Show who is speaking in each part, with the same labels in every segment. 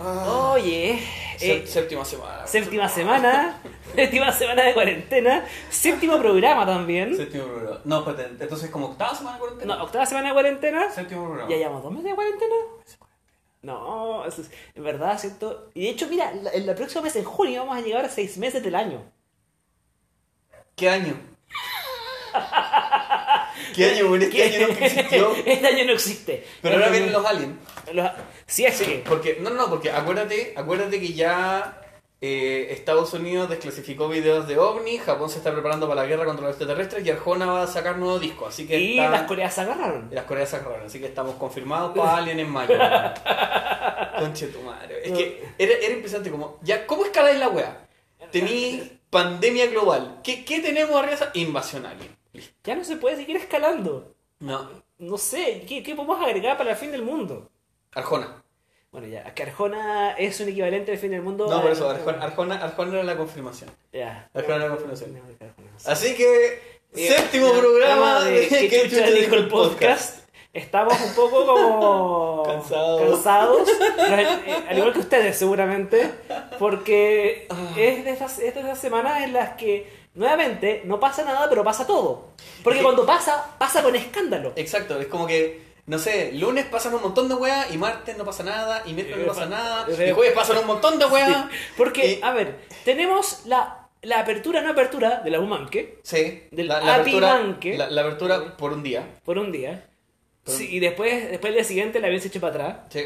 Speaker 1: Ah,
Speaker 2: Oye,
Speaker 1: sé-
Speaker 2: eh,
Speaker 1: séptima semana.
Speaker 2: séptima semana, séptima semana de cuarentena, séptimo programa también.
Speaker 1: Séptimo programa. No, espérate, entonces como octava semana de cuarentena.
Speaker 2: No, octava semana de cuarentena.
Speaker 1: Séptimo programa.
Speaker 2: Ya llevamos dos meses de cuarentena. No, eso es- en verdad siento. Y de hecho, mira, la, en la próxima mes, en junio, vamos a llegar a seis meses del año.
Speaker 1: ¿Qué año? ¿Qué año, güey? Este año nunca existió.
Speaker 2: este año no existe. Este
Speaker 1: Pero ahora
Speaker 2: año-
Speaker 1: vienen los aliens.
Speaker 2: los- Si es
Speaker 1: Sí,
Speaker 2: que.
Speaker 1: porque, no, no, no, porque acuérdate, acuérdate que ya eh, Estados Unidos desclasificó videos de ovni, Japón se está preparando para la guerra contra los extraterrestres y Arjona va a sacar nuevo disco, así que
Speaker 2: Y
Speaker 1: está-
Speaker 2: las coreas se agarraron.
Speaker 1: y las Coreas se agarraron, así que estamos confirmados para Alien en mayo. Conche tu madre. Es que era, era impresionante como, ya, ¿cómo escaláis la weá? Tení pandemia global. ¿Qué, qué tenemos arriba? de esa? Invasión alien.
Speaker 2: Ya no se puede seguir escalando.
Speaker 1: No,
Speaker 2: No sé, ¿qué, qué podemos agregar para el fin del mundo?
Speaker 1: Arjona.
Speaker 2: Bueno, ya, es que Arjona es un equivalente al fin del mundo.
Speaker 1: No, por eso,
Speaker 2: a-
Speaker 1: Arjona, Arjona, Arjona era la confirmación.
Speaker 2: Ya.
Speaker 1: Arjona era la confirmación.
Speaker 2: No, Arjona, no sé.
Speaker 1: Así que,
Speaker 2: Eh,
Speaker 1: Ah, séptimo
Speaker 2: no,
Speaker 1: programa
Speaker 2: nada de ¿Qué chucha dijo el podcast? Estamos un poco como
Speaker 1: Cansados.
Speaker 2: cansados, pero, eh, al igual que ustedes seguramente, porque
Speaker 1: Ah.
Speaker 2: es de estas, es de esas semanas en las que nuevamente no pasa nada, pero pasa todo. Porque
Speaker 1: Sí.
Speaker 2: cuando pasa, pasa con escándalo.
Speaker 1: Exacto, es como que, no sé, lunes pasan un montón de weas y martes no pasa nada y miércoles no
Speaker 2: Eh,
Speaker 1: pasa
Speaker 2: pa-
Speaker 1: nada
Speaker 2: eh,
Speaker 1: y jueves pasan un montón de weas.
Speaker 2: Porque,
Speaker 1: Eh,
Speaker 2: a ver, tenemos la, la apertura, no apertura de la UMANQUE
Speaker 1: Sí,
Speaker 2: del
Speaker 1: la, la apertura,
Speaker 2: Apimanque.
Speaker 1: la, la apertura por un día.
Speaker 2: por un día.
Speaker 1: Por un-
Speaker 2: Sí, y después, después el día siguiente la habían hecho para atrás.
Speaker 1: Sí.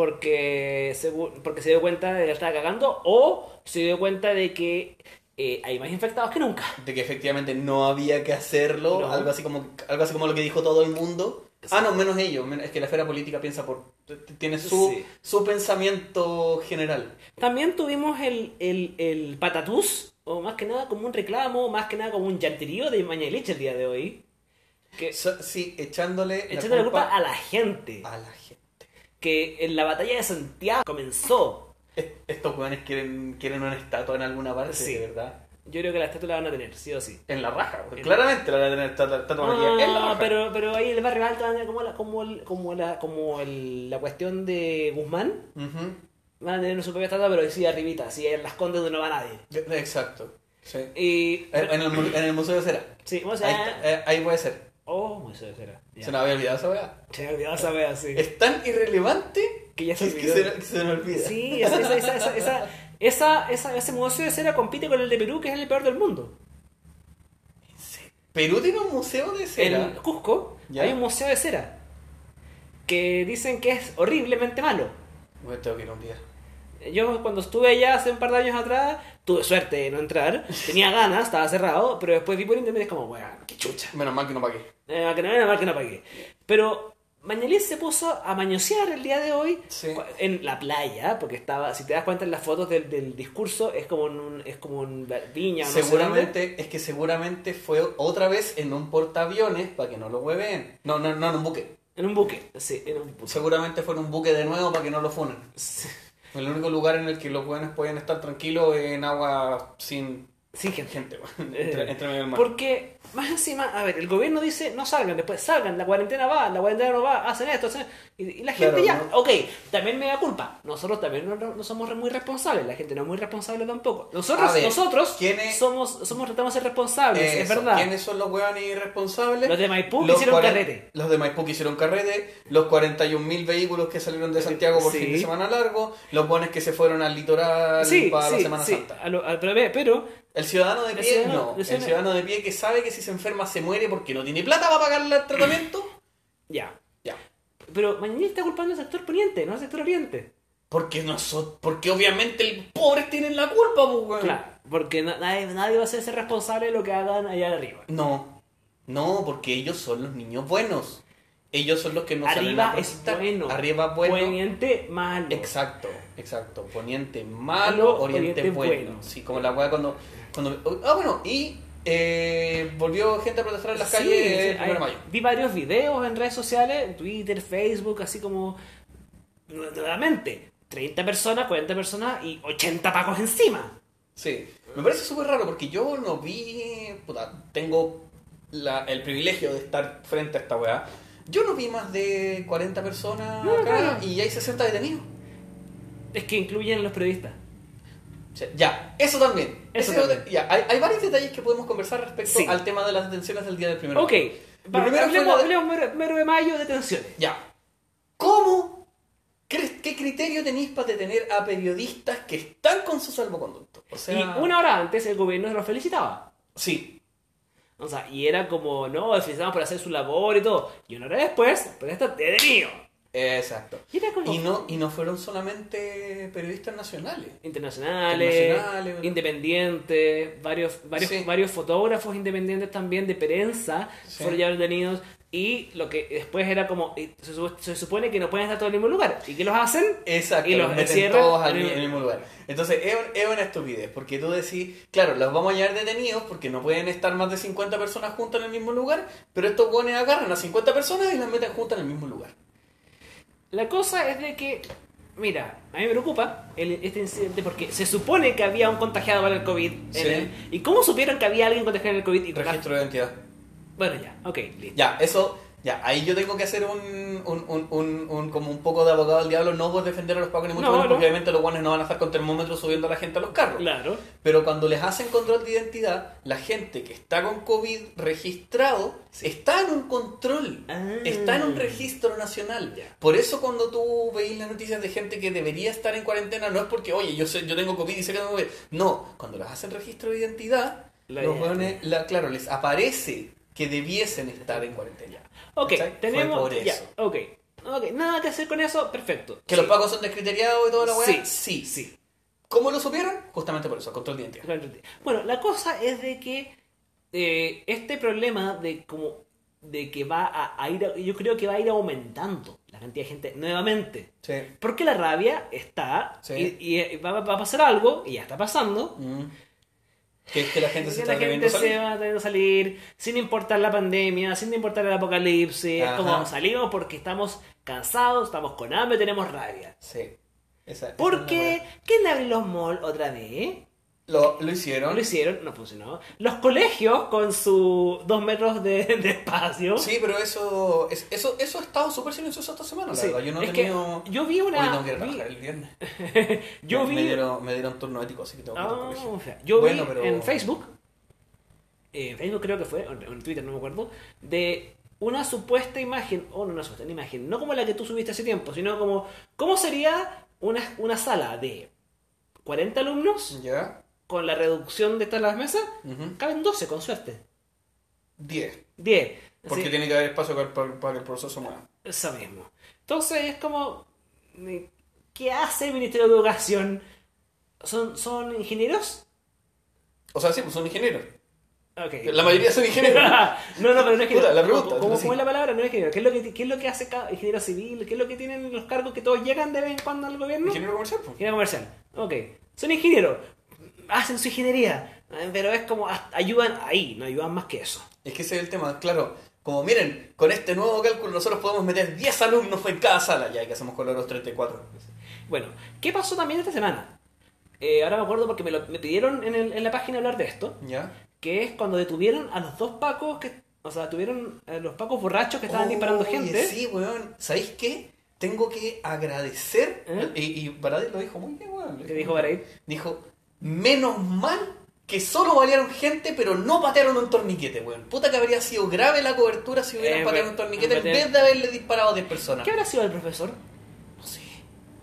Speaker 2: porque se, porque se dio cuenta de que la estaba cagando o se dio cuenta de que eh, hay más infectados que nunca.
Speaker 1: De que efectivamente no había que hacerlo,
Speaker 2: No.
Speaker 1: algo, así como, algo así como lo que dijo todo el mundo.
Speaker 2: Sí.
Speaker 1: Ah, no, menos ellos, men- es que la esfera política piensa por... t- t- tiene su,
Speaker 2: Sí.
Speaker 1: su pensamiento general.
Speaker 2: También tuvimos el, el, el patatús, o más que nada como un reclamo, más que nada como un llanterío de Mañalich el día de hoy. Que,
Speaker 1: So- sí, echándole,
Speaker 2: echando la culpa a la gente,
Speaker 1: a la gente.
Speaker 2: que en la batalla de Santiago comenzó.
Speaker 1: Est- Estos weones quieren, quieren una estatua en alguna parte,
Speaker 2: Sí.
Speaker 1: de verdad.
Speaker 2: Yo creo que la estatua la van a tener, sí o sí.
Speaker 1: En la raja, porque
Speaker 2: En-
Speaker 1: claramente la van a tener estatua, estatua
Speaker 2: No,
Speaker 1: María en la raja.
Speaker 2: Ah, pero, pero ahí en el barrio alto van a tener como la, como el- como la, como el- la cuestión de Guzmán.
Speaker 1: Ujú.
Speaker 2: Van a tener su propia estatua, pero ahí sí arribita, así en las condes donde no va nadie.
Speaker 1: E- Exacto. Sí. En,
Speaker 2: Y.
Speaker 1: en el, mu- en el Museo de Cera.
Speaker 2: sí, vamos
Speaker 1: Eh, Ahí,
Speaker 2: a.
Speaker 1: está, eh, ahí puede ser.
Speaker 2: Oh, Museo de Cera. Ya.
Speaker 1: Se nos había olvidado esa weá.
Speaker 2: Se me olvidó esa wea, sí.
Speaker 1: Es tan irrelevante
Speaker 2: Que ya se
Speaker 1: es que
Speaker 2: olvidó.
Speaker 1: se, que se nos olvida.
Speaker 2: Sí, esa, esa, esa, esa, esa, esa- esa- ese Museo de Cera compite con el de Perú, que es el peor del mundo.
Speaker 1: Perú tiene un museo de cera.
Speaker 2: En Cusco
Speaker 1: Ya.
Speaker 2: hay un Museo de Cera. Que dicen que es horriblemente malo.
Speaker 1: Bueno, tengo que ir un día.
Speaker 2: Yo cuando estuve allá hace un par de años atrás, tuve suerte de no entrar. Tenía ganas, estaba cerrado, pero después vi por internet y es como, weón, qué chucha.
Speaker 1: Menos mal que no pagué.
Speaker 2: Eh, a que no era mal que no pagué. Pero Mañalich se puso a mañosear el día de hoy
Speaker 1: Sí.
Speaker 2: en la playa, porque estaba, si te das cuenta en las fotos del, del discurso, es como en un, es como en la viña. no sé
Speaker 1: Seguramente, es que seguramente fue otra vez en un portaaviones para que no lo hueven. No, no, no, en un buque.
Speaker 2: dónde. en un buque, sí, en un buque.
Speaker 1: Seguramente fuera un buque de nuevo para que no lo funen.
Speaker 2: Sí.
Speaker 1: El único lugar en el que los buenos pueden estar tranquilos es en agua sin
Speaker 2: Sin gente.
Speaker 1: gente, weón.
Speaker 2: Eh.
Speaker 1: entre, entre medio del mar.
Speaker 2: Porque, más encima, a ver, el gobierno dice, no salgan, después salgan, la cuarentena va, la cuarentena no va, hacen esto, hacen... Y, y la gente
Speaker 1: Claro,
Speaker 2: ya,
Speaker 1: ¿no?
Speaker 2: ok, también me da culpa. Nosotros también no, no- no somos muy responsables, la gente no es muy responsable tampoco. Nosotros,
Speaker 1: A ver,
Speaker 2: nosotros
Speaker 1: ¿quiénes-
Speaker 2: somos, somos tratamos de ser responsables, es
Speaker 1: Eso,
Speaker 2: verdad.
Speaker 1: ¿Quiénes son los hueones irresponsables?
Speaker 2: Los de Maipú que hicieron
Speaker 1: cuaren-
Speaker 2: carrete.
Speaker 1: Los de Maipú que hicieron carrete, los 41.000 vehículos que salieron de Santiago por
Speaker 2: Eh, Sí.
Speaker 1: fin de semana largo, los buenos que se fueron al litoral
Speaker 2: Sí,
Speaker 1: para la
Speaker 2: sí,
Speaker 1: Semana
Speaker 2: sí,
Speaker 1: Santa.
Speaker 2: a lo- al- pero ve, pero
Speaker 1: El ciudadano de
Speaker 2: El
Speaker 1: pie,
Speaker 2: ciudadano-
Speaker 1: no.
Speaker 2: el
Speaker 1: El
Speaker 2: ciudadano-
Speaker 1: ciudadano de pie que sabe que si se enferma se muere porque no tiene plata para pagarle el tratamiento,
Speaker 2: ya.
Speaker 1: ya.
Speaker 2: Pero Mañanich está culpando al sector poniente, no al sector oriente.
Speaker 1: Porque nosotros, porque obviamente los pobres tienen la culpa, pues, weón.
Speaker 2: Claro, porque na- nadie, nadie va a ser ser responsable de lo que hagan allá arriba.
Speaker 1: No, no, porque ellos son los niños buenos. Ellos son los que nos salen a
Speaker 2: arriba es
Speaker 1: protestar.
Speaker 2: bueno,
Speaker 1: Arriba bueno.
Speaker 2: poniente malo.
Speaker 1: Exacto, exacto. Poniente malo,
Speaker 2: Malo,
Speaker 1: oriente,
Speaker 2: oriente
Speaker 1: bueno.
Speaker 2: bueno.
Speaker 1: Sí, como la weá cuando, cuando. Ah, bueno, y eh, volvió gente a protestar en las
Speaker 2: Sí,
Speaker 1: calles
Speaker 2: sí,
Speaker 1: el 1 de
Speaker 2: hay-
Speaker 1: mayo.
Speaker 2: Vi varios videos en redes sociales, en Twitter, Facebook, así como nuevamente 30 personas, 40 personas y 80 pacos encima.
Speaker 1: Sí, me parece súper raro porque yo no vi. Puta, tengo la- el privilegio de estar frente a esta weá. Yo no vi más de 40 personas
Speaker 2: No,
Speaker 1: acá
Speaker 2: Ah, claro.
Speaker 1: y hay 60 detenidos.
Speaker 2: Es que incluyen a los periodistas.
Speaker 1: O sea, ya, eso también.
Speaker 2: Eso
Speaker 1: Ese-
Speaker 2: también.
Speaker 1: ya, hay, hay varios detalles que podemos conversar respecto
Speaker 2: Sí.
Speaker 1: al tema de las detenciones del día del primero.
Speaker 2: ok.
Speaker 1: Lo
Speaker 2: Va,
Speaker 1: primero fue
Speaker 2: hablemos,
Speaker 1: la de-
Speaker 2: hablemos primero- primero de mayo de tensiones.
Speaker 1: Ya. ¿Cómo? crees- ¿Qué criterio tenéis para detener a periodistas que están con su salvoconducto? O sea,
Speaker 2: Y una hora antes el gobierno los felicitaba.
Speaker 1: Sí,
Speaker 2: O sea, y era como, no, felicitamos por hacer su labor y todo. Y una hora después, pero esto detenido.
Speaker 1: exacto.
Speaker 2: Y era como
Speaker 1: Y no, y no fueron solamente periodistas nacionales.
Speaker 2: internacionales,
Speaker 1: Internacionales, bueno.
Speaker 2: independientes, varios, varios,
Speaker 1: Sí.
Speaker 2: varios fotógrafos independientes también de prensa
Speaker 1: Sí.
Speaker 2: fueron ya detenidos. Y lo que después era como, eh, se, su- se supone que no pueden estar todos en el mismo lugar. ¿Y qué los hacen?
Speaker 1: Exacto,
Speaker 2: Y los
Speaker 1: los meten
Speaker 2: encierran
Speaker 1: todos
Speaker 2: en
Speaker 1: al-
Speaker 2: el-
Speaker 1: en el mismo lugar. Entonces, es, un- es una estupidez, porque tú decís, claro, los vamos a llevar detenidos porque no pueden estar más de 50 personas juntas en el mismo lugar, pero estos buenos agarran a 50 personas y las meten juntas en el mismo lugar.
Speaker 2: La cosa es de que, mira, a mí me preocupa el- este incidente porque se supone que había un contagiado para el COVID. en
Speaker 1: Sí.
Speaker 2: el- ¿Y cómo supieron que había alguien contagiado en el COVID? Y
Speaker 1: Registro de identidad.
Speaker 2: Bueno, ya, ok, listo.
Speaker 1: Ya, eso, ya, ahí yo tengo que hacer un, un, un, un- un- como un poco de abogado al diablo, no por defender a los pacos ni mucho
Speaker 2: No,
Speaker 1: menos,
Speaker 2: no.
Speaker 1: porque obviamente los guanes no van a estar con termómetros subiendo a la gente a los carros.
Speaker 2: Claro.
Speaker 1: Pero cuando les hacen control de identidad, la gente que está con COVID registrado está en un control,
Speaker 2: Ah.
Speaker 1: está en un registro nacional.
Speaker 2: Ya.
Speaker 1: Por eso cuando tú veis las noticias de gente que debería estar en cuarentena, no es porque, oye, yo sé, yo tengo COVID y sé que no me voy". No, cuando les hacen registro de identidad,
Speaker 2: La
Speaker 1: los
Speaker 2: identidad.
Speaker 1: hueones- la- claro, les aparece que debiesen estar en cuarentena.
Speaker 2: Ok,
Speaker 1: ¿Cachai? Fue
Speaker 2: tenemos.
Speaker 1: por
Speaker 2: ya,
Speaker 1: eso.
Speaker 2: ok. Ok, nada que hacer con eso, perfecto.
Speaker 1: Que
Speaker 2: Sí.
Speaker 1: los pagos son descriteriados y toda la weá.
Speaker 2: Sí,
Speaker 1: sí,
Speaker 2: sí.
Speaker 1: ¿Cómo lo supieron? Justamente por eso, control de identidad.
Speaker 2: Bueno, la cosa es de que eh, este problema de como de que va a, a ir, a- yo creo que va a ir aumentando la cantidad de gente nuevamente.
Speaker 1: Sí.
Speaker 2: Porque la rabia está
Speaker 1: Sí.
Speaker 2: y, y va, va a pasar algo y ya está pasando.
Speaker 1: Mm. Que es que la gente se
Speaker 2: Y
Speaker 1: está
Speaker 2: la
Speaker 1: atreviendo
Speaker 2: gente
Speaker 1: a salir.
Speaker 2: se va teniendo a salir sin importar la pandemia, sin importar el apocalipsis. Es
Speaker 1: Ajá.
Speaker 2: como salimos porque estamos cansados, estamos con hambre, tenemos rabia.
Speaker 1: Sí. Esa, esa es
Speaker 2: ¿Por
Speaker 1: la
Speaker 2: qué?
Speaker 1: weá.
Speaker 2: ¿Quién abrió los malls otra vez?
Speaker 1: Lo, lo hicieron.
Speaker 2: No lo hicieron, no funcionó. Los colegios con sus dos metros de, de espacio.
Speaker 1: Sí, pero eso, es- eso, eso ha estado súper silencioso esta semana, la
Speaker 2: Sí.
Speaker 1: verdad. Yo no he
Speaker 2: Es que
Speaker 1: tenido...
Speaker 2: yo vi una.
Speaker 1: Hoy tengo que ir a
Speaker 2: vi-
Speaker 1: trabajar el viernes.
Speaker 2: yo
Speaker 1: me,
Speaker 2: vi.
Speaker 1: me dieron, me dieron turno ético, así que tengo que ir al
Speaker 2: Ah,
Speaker 1: colegio.
Speaker 2: o sea, yo
Speaker 1: Bueno,
Speaker 2: vi
Speaker 1: pero-
Speaker 2: en Facebook, eh, en Facebook creo que fue, o en o en Twitter, no me acuerdo, de una supuesta imagen, o no una supuesta imagen, no como la que tú subiste hace tiempo, sino como, ¿cómo sería una, una sala de 40 alumnos
Speaker 1: ¿Ya?
Speaker 2: con la reducción de todas las mesas?
Speaker 1: Ujú.
Speaker 2: Caben 12, con suerte.
Speaker 1: Diez.
Speaker 2: 10.
Speaker 1: Porque
Speaker 2: Sí.
Speaker 1: tiene que haber espacio para, para- para que el profesor se mueva.
Speaker 2: Eso mismo. Entonces es como, ¿qué hace el Ministerio de Educación? ¿Son, son ingenieros?
Speaker 1: O sea, sí, pues son ingenieros.
Speaker 2: Ok.
Speaker 1: La mayoría son ingenieros.
Speaker 2: no, no, pero no es ingeniero.
Speaker 1: Puta, la pregunta,
Speaker 2: ¿Cómo, cómo
Speaker 1: sí.
Speaker 2: es la palabra? No es ingeniero. ¿Qué es lo que, qué es lo que hace cada ingeniero civil? ¿Qué es lo que tienen los cargos que todos llegan de vez en cuando al gobierno?
Speaker 1: Ingeniero comercial, pues.
Speaker 2: Ingeniero comercial. Ok. Son ingenieros. Hacen su ingeniería. Eh, Pero es como, hasta- ayudan ahí, no ayudan más que eso.
Speaker 1: Es que ese es el tema, claro. Como miren, con este nuevo cálculo nosotros podemos meter 10 alumnos en cada sala. Ya, ¿y qué hacemos con los otros 34?
Speaker 2: Bueno, ¿qué pasó también esta semana? Eh, ahora me acuerdo porque me, lo- me pidieron en, el- en la página hablar de esto.
Speaker 1: ¿Ya?
Speaker 2: que es cuando detuvieron a los dos pacos que o sea detuvieron a los pacos borrachos que estaban disparando
Speaker 1: Oye,
Speaker 2: gente
Speaker 1: Sí, weón. ¿Sabéis qué? Tengo que agradecer.
Speaker 2: ¿Eh?
Speaker 1: Y, y Baradit lo dijo muy bien, weón.
Speaker 2: ¿Qué dijo Baradit?
Speaker 1: Dijo, menos mal que solo balearon gente, pero no patearon un torniquete, weón. Puta que habría sido grave la cobertura si hubieran
Speaker 2: Eh,
Speaker 1: pateado
Speaker 2: weón,
Speaker 1: un torniquete en
Speaker 2: patear-
Speaker 1: vez de haberle disparado a 10 personas.
Speaker 2: qué habrá sido el profesor
Speaker 1: No sé.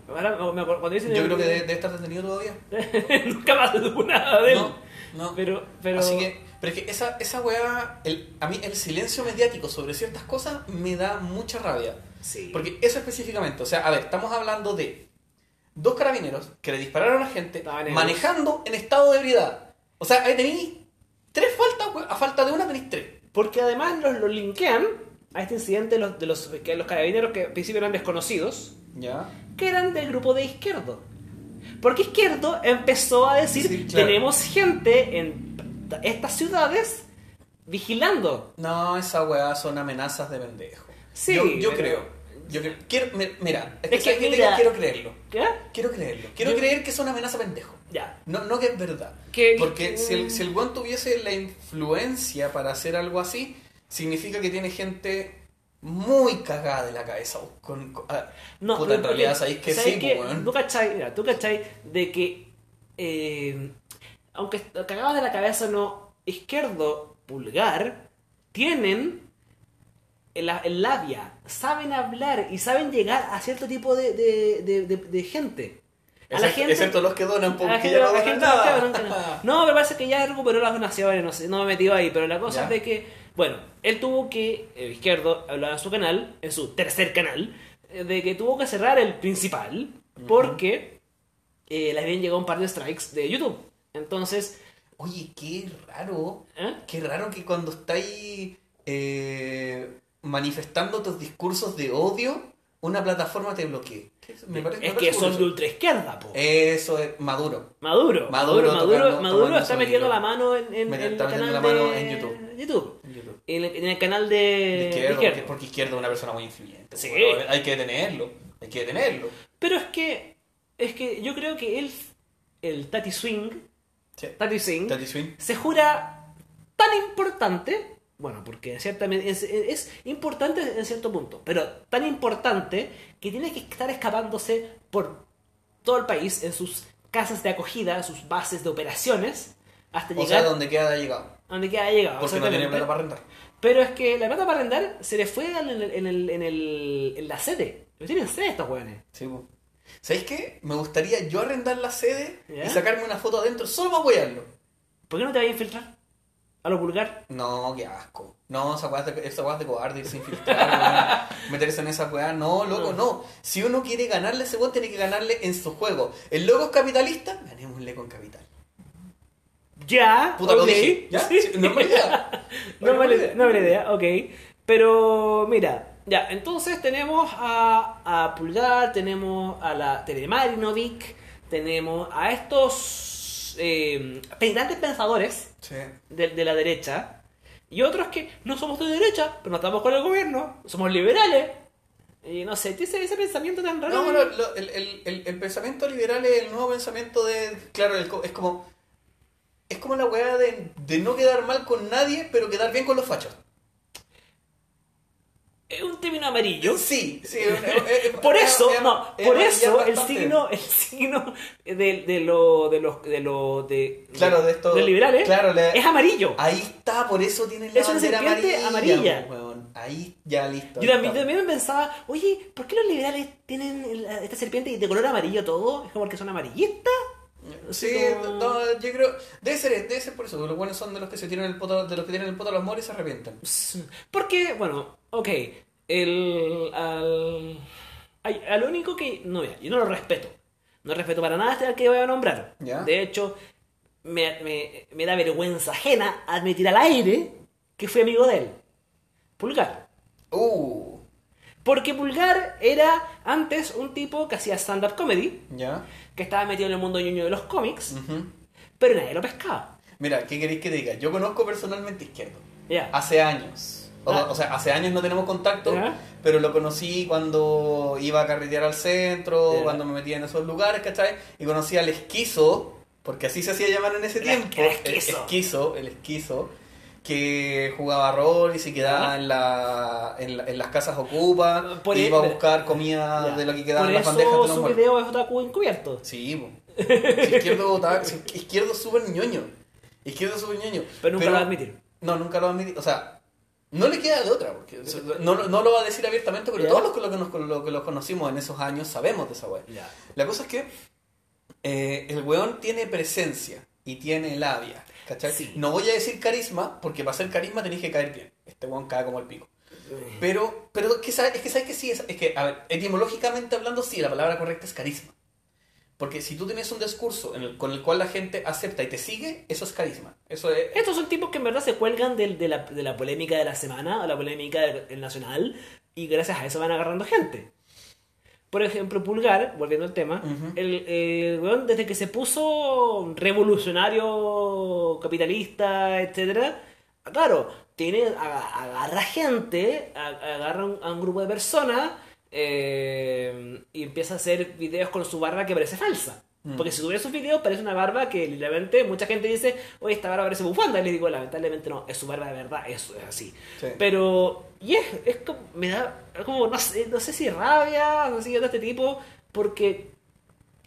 Speaker 2: Ahora me- me acuerdo- cuando dicen
Speaker 1: Yo
Speaker 2: el-
Speaker 1: creo que debe, debe estar detenido todavía.
Speaker 2: nunca más detuvo nada de él
Speaker 1: No, no.
Speaker 2: pero pero
Speaker 1: Así que, pero es que esa, esa weá, el- a mí el silencio mediático sobre ciertas cosas me da mucha rabia.
Speaker 2: sí
Speaker 1: Porque eso específicamente, o sea, a ver, estamos hablando de dos carabineros que le dispararon a gente
Speaker 2: Estaban ebrios.
Speaker 1: manejando en estado de ebriedad. O sea, ahí tenéis tres faltas, we- a falta de una tenéis tres.
Speaker 2: porque además los lo linkean a este incidente de los de los que los carabineros que al principio eran desconocidos
Speaker 1: Ya.
Speaker 2: que eran del grupo de izquierdo porque izquierdo empezó a decir
Speaker 1: Sí, claro.
Speaker 2: tenemos gente en estas ciudades vigilando
Speaker 1: No, esa weá son amenazas de pendejo.
Speaker 2: Sí,
Speaker 1: Yo, yo
Speaker 2: pero-
Speaker 1: creo. Yo creo. Quiero- mi- mira, es que,
Speaker 2: Es que
Speaker 1: ¿sabes qué?
Speaker 2: mira-
Speaker 1: quiero creerlo.
Speaker 2: ¿qué?
Speaker 1: Quiero creerlo. Quiero
Speaker 2: Yo-
Speaker 1: creer que son amenazas pendejo.
Speaker 2: ya
Speaker 1: No, no que es verdad.
Speaker 2: Que-
Speaker 1: Porque si el, si el weón tuviese la influencia para hacer algo así, significa que tiene gente muy cagada de la cabeza. vos, Con, con- a ver,
Speaker 2: mm, No,
Speaker 1: puta,
Speaker 2: pero
Speaker 1: en realidad,
Speaker 2: porque-
Speaker 1: ¿sabéis que
Speaker 2: ¿sabéis
Speaker 1: sí,
Speaker 2: qué?
Speaker 1: pues, weón?
Speaker 2: ¿Tú cachai? Mira, tú cachai de que, eh, aunque cagados de la cabeza no, izquierdo, pulgar, tienen el, la- el labia, saben hablar y saben llegar a cierto tipo de, de, de, de- de gente. A la
Speaker 1: Excepto,
Speaker 2: gente-
Speaker 1: excepto los que donan,
Speaker 2: a la
Speaker 1: porque
Speaker 2: gente-
Speaker 1: ya no
Speaker 2: a Ah, la
Speaker 1: donan
Speaker 2: gente
Speaker 1: nada.
Speaker 2: no sabe, nunca, no. No, me parece que ya recuperó las donaciones, no sé, no me he metido ahí, pero la cosa
Speaker 1: Ya.
Speaker 2: es de que, bueno, él tuvo que, eh, Izquierdo hablaba en su canal, en su tercer canal, eh, de que tuvo que cerrar el principal porque eh, le habían llegado un par de strikes de YouTube. Entonces,
Speaker 1: Oye, qué raro.
Speaker 2: ¿eh?
Speaker 1: Qué raro que cuando estáis eh, manifestando tus discursos de odio, una plataforma te bloquee. Me parece- me
Speaker 2: es
Speaker 1: parece
Speaker 2: que son
Speaker 1: curioso.
Speaker 2: de ultra izquierda, po.
Speaker 1: Eso es Maduro.
Speaker 2: Maduro,
Speaker 1: Maduro
Speaker 2: Maduro, Maduro,
Speaker 1: tocando-
Speaker 2: Maduro
Speaker 1: tocando
Speaker 2: está
Speaker 1: su
Speaker 2: metiendo
Speaker 1: hilo.
Speaker 2: la mano en, en- en
Speaker 1: Metiendo-
Speaker 2: el
Speaker 1: está metiendo
Speaker 2: canal
Speaker 1: la mano
Speaker 2: de-
Speaker 1: en YouTube.
Speaker 2: YouTube.
Speaker 1: en YouTube.
Speaker 2: En el, en el canal de, de
Speaker 1: De izquierda,
Speaker 2: Izquierdo.
Speaker 1: Porque, porque izquierda es una persona muy influyente.
Speaker 2: Eh, Sí.
Speaker 1: bueno, hay que detenerlo. Hay que detenerlo.
Speaker 2: Pero es que. Es que yo creo que él. El Tati Swing.
Speaker 1: Sí.
Speaker 2: Tati Swing.
Speaker 1: Tati Swin.
Speaker 2: Se jura tan importante. Bueno, porque ciertamente es, es importante en cierto punto, pero tan importante que tiene que estar escapándose por todo el país en sus casas de acogida, sus bases de operaciones, hasta
Speaker 1: O
Speaker 2: llegar
Speaker 1: sea, donde queda ha llegado.
Speaker 2: a donde queda llegado.
Speaker 1: Porque no tiene
Speaker 2: exactamente.
Speaker 1: plata para rentar.
Speaker 2: Pero es que la plata para arrendar se le fue en, el- en, el- en el- en la sede. No tienen sede estos hueones.
Speaker 1: Sí, po. ¿Sabéis qué? Me gustaría yo arrendar la sede
Speaker 2: ¿Ya?
Speaker 1: y sacarme una foto adentro solo para apoyarlo.
Speaker 2: ¿Por qué no te vas a infiltrar? A lo vulgar.
Speaker 1: No, qué asco. No, esa weá es de- esa weá es de cobarde irse a infiltrar, weón. meterse en esa weá. No, loco, no. Si uno quiere ganarle a ese weón, tiene que ganarle en su juego. El loco es capitalista, ganémosle con capital.
Speaker 2: Ya.
Speaker 1: Puta,
Speaker 2: ok.
Speaker 1: lo dije. ¿Ya?
Speaker 2: Sí.
Speaker 1: Sí, no es mala idea.
Speaker 2: No
Speaker 1: Oye,
Speaker 2: mala idea, no mala idea, ok. Pero mira, ya, entonces tenemos a, a Pulgar, tenemos a la Telemarinovic, tenemos a estos eh, pe- grandes pensadores
Speaker 1: Sí.
Speaker 2: de, de la derecha y otros que no somos de derecha, pero no estamos con el gobierno, somos liberales. Y no sé, tiene ese, ese pensamiento tan raro.
Speaker 1: Ah, No, bueno, lo- el, el- el- el pensamiento liberal es el nuevo pensamiento de. Claro, el co- es como. Es como la weá de, de no quedar mal con nadie, pero quedar bien con los fachos.
Speaker 2: Es un término amarillo.
Speaker 1: Sí, sí. es- es- es-
Speaker 2: Por
Speaker 1: es-
Speaker 2: eso,
Speaker 1: es-
Speaker 2: no,
Speaker 1: es
Speaker 2: por
Speaker 1: amarillar
Speaker 2: eso el
Speaker 1: bastante.
Speaker 2: signo, el signo de, de lo, de los, de lo, de,
Speaker 1: Claro, de esto-
Speaker 2: los liberales,
Speaker 1: claro, Ah, le-
Speaker 2: ¿eh? es amarillo.
Speaker 1: Ahí está, por eso tienes la
Speaker 2: Es una
Speaker 1: bandera
Speaker 2: serpiente
Speaker 1: amarilla.
Speaker 2: amarilla.
Speaker 1: pues, weón. Ahí ya
Speaker 2: Yo
Speaker 1: listo. ahí
Speaker 2: también,
Speaker 1: está.
Speaker 2: también pensaba, oye, ¿por qué los liberales tienen la- esta serpiente y de color amarillo todo? ¿Es como porque son amarillistas?
Speaker 1: Sí,
Speaker 2: como-
Speaker 1: no, yo creo. Debe ser, debe ser por eso. porque Los buenos son de los que se tiran el poto, de los que tienen el poto a los moros y se arrepienten.
Speaker 2: Porque, bueno, ok, el... Al, ay, al único que... No, mira, yo no lo respeto. No respeto para nada este al que voy a nombrar.
Speaker 1: Ya.
Speaker 2: De hecho, me, me- me da vergüenza ajena admitir al aire que fui amigo de él. Pulgar.
Speaker 1: Uh,
Speaker 2: Porque Pulgar era antes un tipo que hacía stand-up comedy,
Speaker 1: ya.
Speaker 2: que estaba metido en el mundo ñoño de los cómics,
Speaker 1: Ujú.
Speaker 2: pero nadie lo pescaba.
Speaker 1: Mira, ¿qué queréis que te diga? Yo conozco personalmente Izquierdo.
Speaker 2: Ya.
Speaker 1: Hace años. O,
Speaker 2: Ah.
Speaker 1: o sea, hace años no tenemos contacto,
Speaker 2: Ya.
Speaker 1: pero lo conocí cuando iba a carretear al centro,
Speaker 2: Ya.
Speaker 1: cuando me metía en esos lugares, ¿cachai? Y conocí al esquizo, porque así se hacía llamar en ese
Speaker 2: El
Speaker 1: tiempo.
Speaker 2: es- el esquizo.
Speaker 1: el esquizo, que jugaba rol y se quedaba
Speaker 2: Ya.
Speaker 1: en, la, en, la- en las casas ocupa,
Speaker 2: Por
Speaker 1: iba a
Speaker 2: el-
Speaker 1: buscar comida
Speaker 2: Ya.
Speaker 1: Ah, de lo que quedaba en las
Speaker 2: Por
Speaker 1: bandejas de
Speaker 2: eso
Speaker 1: los
Speaker 2: su
Speaker 1: muertos.
Speaker 2: video es otaku encubierto.
Speaker 1: Sí, po. Si izquierdo votaba, si izquierdo es súper ñoño. Izquierdo es súper ñoño.
Speaker 2: Pero nunca lo va a admitir.
Speaker 1: No, nunca lo va a admitir. O sea, no le queda de otra, porque o sea, no, no lo va a decir abiertamente, pero
Speaker 2: Ya.
Speaker 1: todos los que lo, que nos- lo que lo conocimos en esos años sabemos de esa weá.
Speaker 2: Ya.
Speaker 1: La cosa es que eh, el weón tiene presencia y tiene labia. ¿Cachai?
Speaker 2: Sí.
Speaker 1: No voy a decir carisma, porque para ser carisma tenés que caer bien. Este weón cae como el pico. Pero, pero es que sabes es que, sabes que sí, es, es que, a ver, etimológicamente hablando, sí, la palabra correcta es carisma. Porque si tú tienes un discurso en el- con el cual la gente acepta y te sigue, eso es carisma. Eso es,
Speaker 2: Estos son tipos que en verdad se cuelgan del- de, la, de la polémica de la semana o la polémica del, del nacional y gracias a eso van agarrando gente. Por ejemplo, Pulgar, volviendo al tema,
Speaker 1: Ujú.
Speaker 2: el, el weón desde que se puso revolucionario, capitalista, etcétera, claro, tiene, aga- agarra gente, a- agarra un- a un grupo de personas eh, y empieza a hacer videos con su barra que parece falsa.
Speaker 1: Mm.
Speaker 2: Porque si tuviera sus videos parece una barba que literalmente mucha gente dice, oye, esta barba parece bufanda. Y les digo, lamentablemente no, es su barba de verdad, eso es así.
Speaker 1: Sí.
Speaker 2: Pero, y es, es como, me da, es como, no sé, no sé si rabia, no sé si de este tipo, porque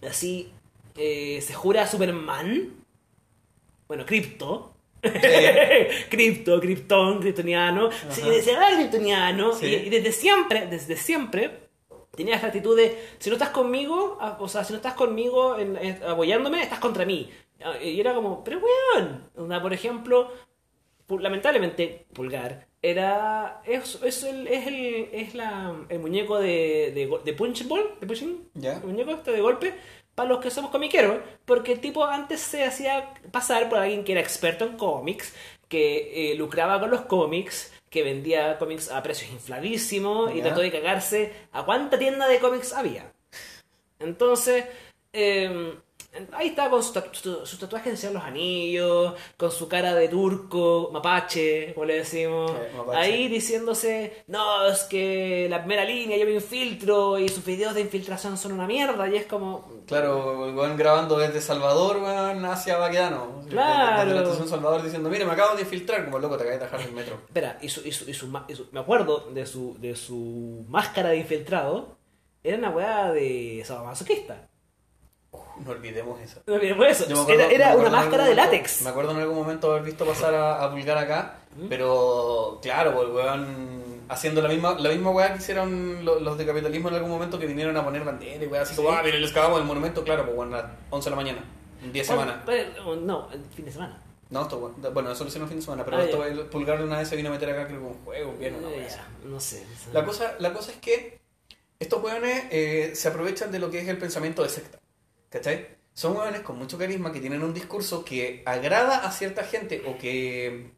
Speaker 2: así eh, se jura a Superman, bueno, Crypto,
Speaker 1: eh,
Speaker 2: Crypto, Krypton, Kryptoniano, sí,
Speaker 1: Ajá.
Speaker 2: se habla de Kryptoniano,
Speaker 1: Sí.
Speaker 2: y, y desde siempre, desde siempre, tenía esta actitud de, si no estás conmigo, ah, o sea, si no estás conmigo en- en- apoyándome, estás contra mí. Ah, Y era como, pero weón, Onda, por ejemplo, pu- lamentablemente, Pulgar era. Es, es, el, es, el, es la, el muñeco de, de, go- de Punch Ball, de Punching,
Speaker 1: Ya.
Speaker 2: el muñeco este de golpe, para los que somos comiqueros, porque el tipo antes se hacía pasar por alguien que era experto en cómics, que eh, lucraba con los cómics, que vendía cómics a precios infladísimos y
Speaker 1: Ya.
Speaker 2: trató de cagarse a cuánta tienda de cómics había. Entonces, eh, ahí está con sus, tatu- su- sus tatuajes de Señor de los Anillos, con su cara de turco, mapache, como le decimos.
Speaker 1: Sí, Eh, mapache.
Speaker 2: Ahí diciéndose, no, es que la primera línea yo me infiltro y sus videos de infiltración son una mierda. Y es como,
Speaker 1: Claro, el weón grabando desde Salvador, weón, hacia Baquedano.
Speaker 2: Claro.
Speaker 1: Desde la estación Salvador diciendo, mire, me acabo de infiltrar, como loco, te acabé de tajar del metro.
Speaker 2: espera, y su, y su- y su ma- y su- me acuerdo de su, de su máscara de infiltrado, era una weá de sadomasoquista.
Speaker 1: No olvidemos eso.
Speaker 2: No olvidemos eso,
Speaker 1: Yo me acuerdo-
Speaker 2: era, era
Speaker 1: me
Speaker 2: una
Speaker 1: acuerdo en
Speaker 2: máscara de
Speaker 1: algún momento-
Speaker 2: látex. ¿Mm?
Speaker 1: Me acuerdo en algún momento haber visto pasar a, a Pulgar acá, pero claro, pues, weón, haciendo la misma, la misma weá que hicieron lo- los, de capitalismo en algún momento que vinieron a poner bandera y weá, así como, ah, mire, les cagamos el monumento, claro, pues weón, a las 11 de la mañana, 10 semanas.
Speaker 2: Pero- No, el fin de semana.
Speaker 1: No, esto, weón, bueno, eso lo hicieron fin de semana, pero
Speaker 2: Ah,
Speaker 1: esto,
Speaker 2: ya.
Speaker 1: el Pulgar una vez se vino a meter acá, creo que un juego, bien, una
Speaker 2: Eh,
Speaker 1: weá así.
Speaker 2: ya, no sé.
Speaker 1: La cosa, la cosa es que estos hueones eh, se aprovechan de lo que es el pensamiento de secta. ¿Cachai? Son hueones con mucho carisma que tienen un discurso que agrada a cierta gente o que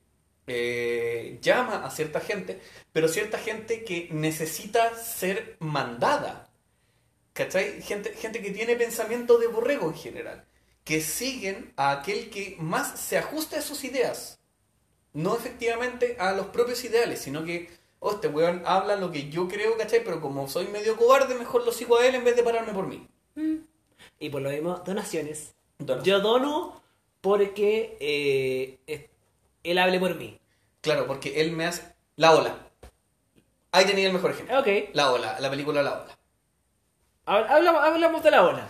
Speaker 1: eh, llama a cierta gente, pero cierta gente que necesita ser mandada. ¿Cachai? Gente, gente que tiene pensamiento de borrego en general. Que siguen a aquel que más se ajusta a sus ideas no efectivamente a los propios ideales, sino que, oh, este weón habla lo que yo creo, ¿cachai? Pero como soy medio cobarde, mejor lo sigo a él en vez de pararme por mí.
Speaker 2: Y por lo mismo, donaciones.
Speaker 1: Entonces,
Speaker 2: Yo dono porque eh, es- él hable por mí.
Speaker 1: Claro, porque él me hace... La ola. Ahí tenía el mejor ejemplo.
Speaker 2: Ok,
Speaker 1: La ola, la película La ola.
Speaker 2: hab- hablamos, hablamos de la ola.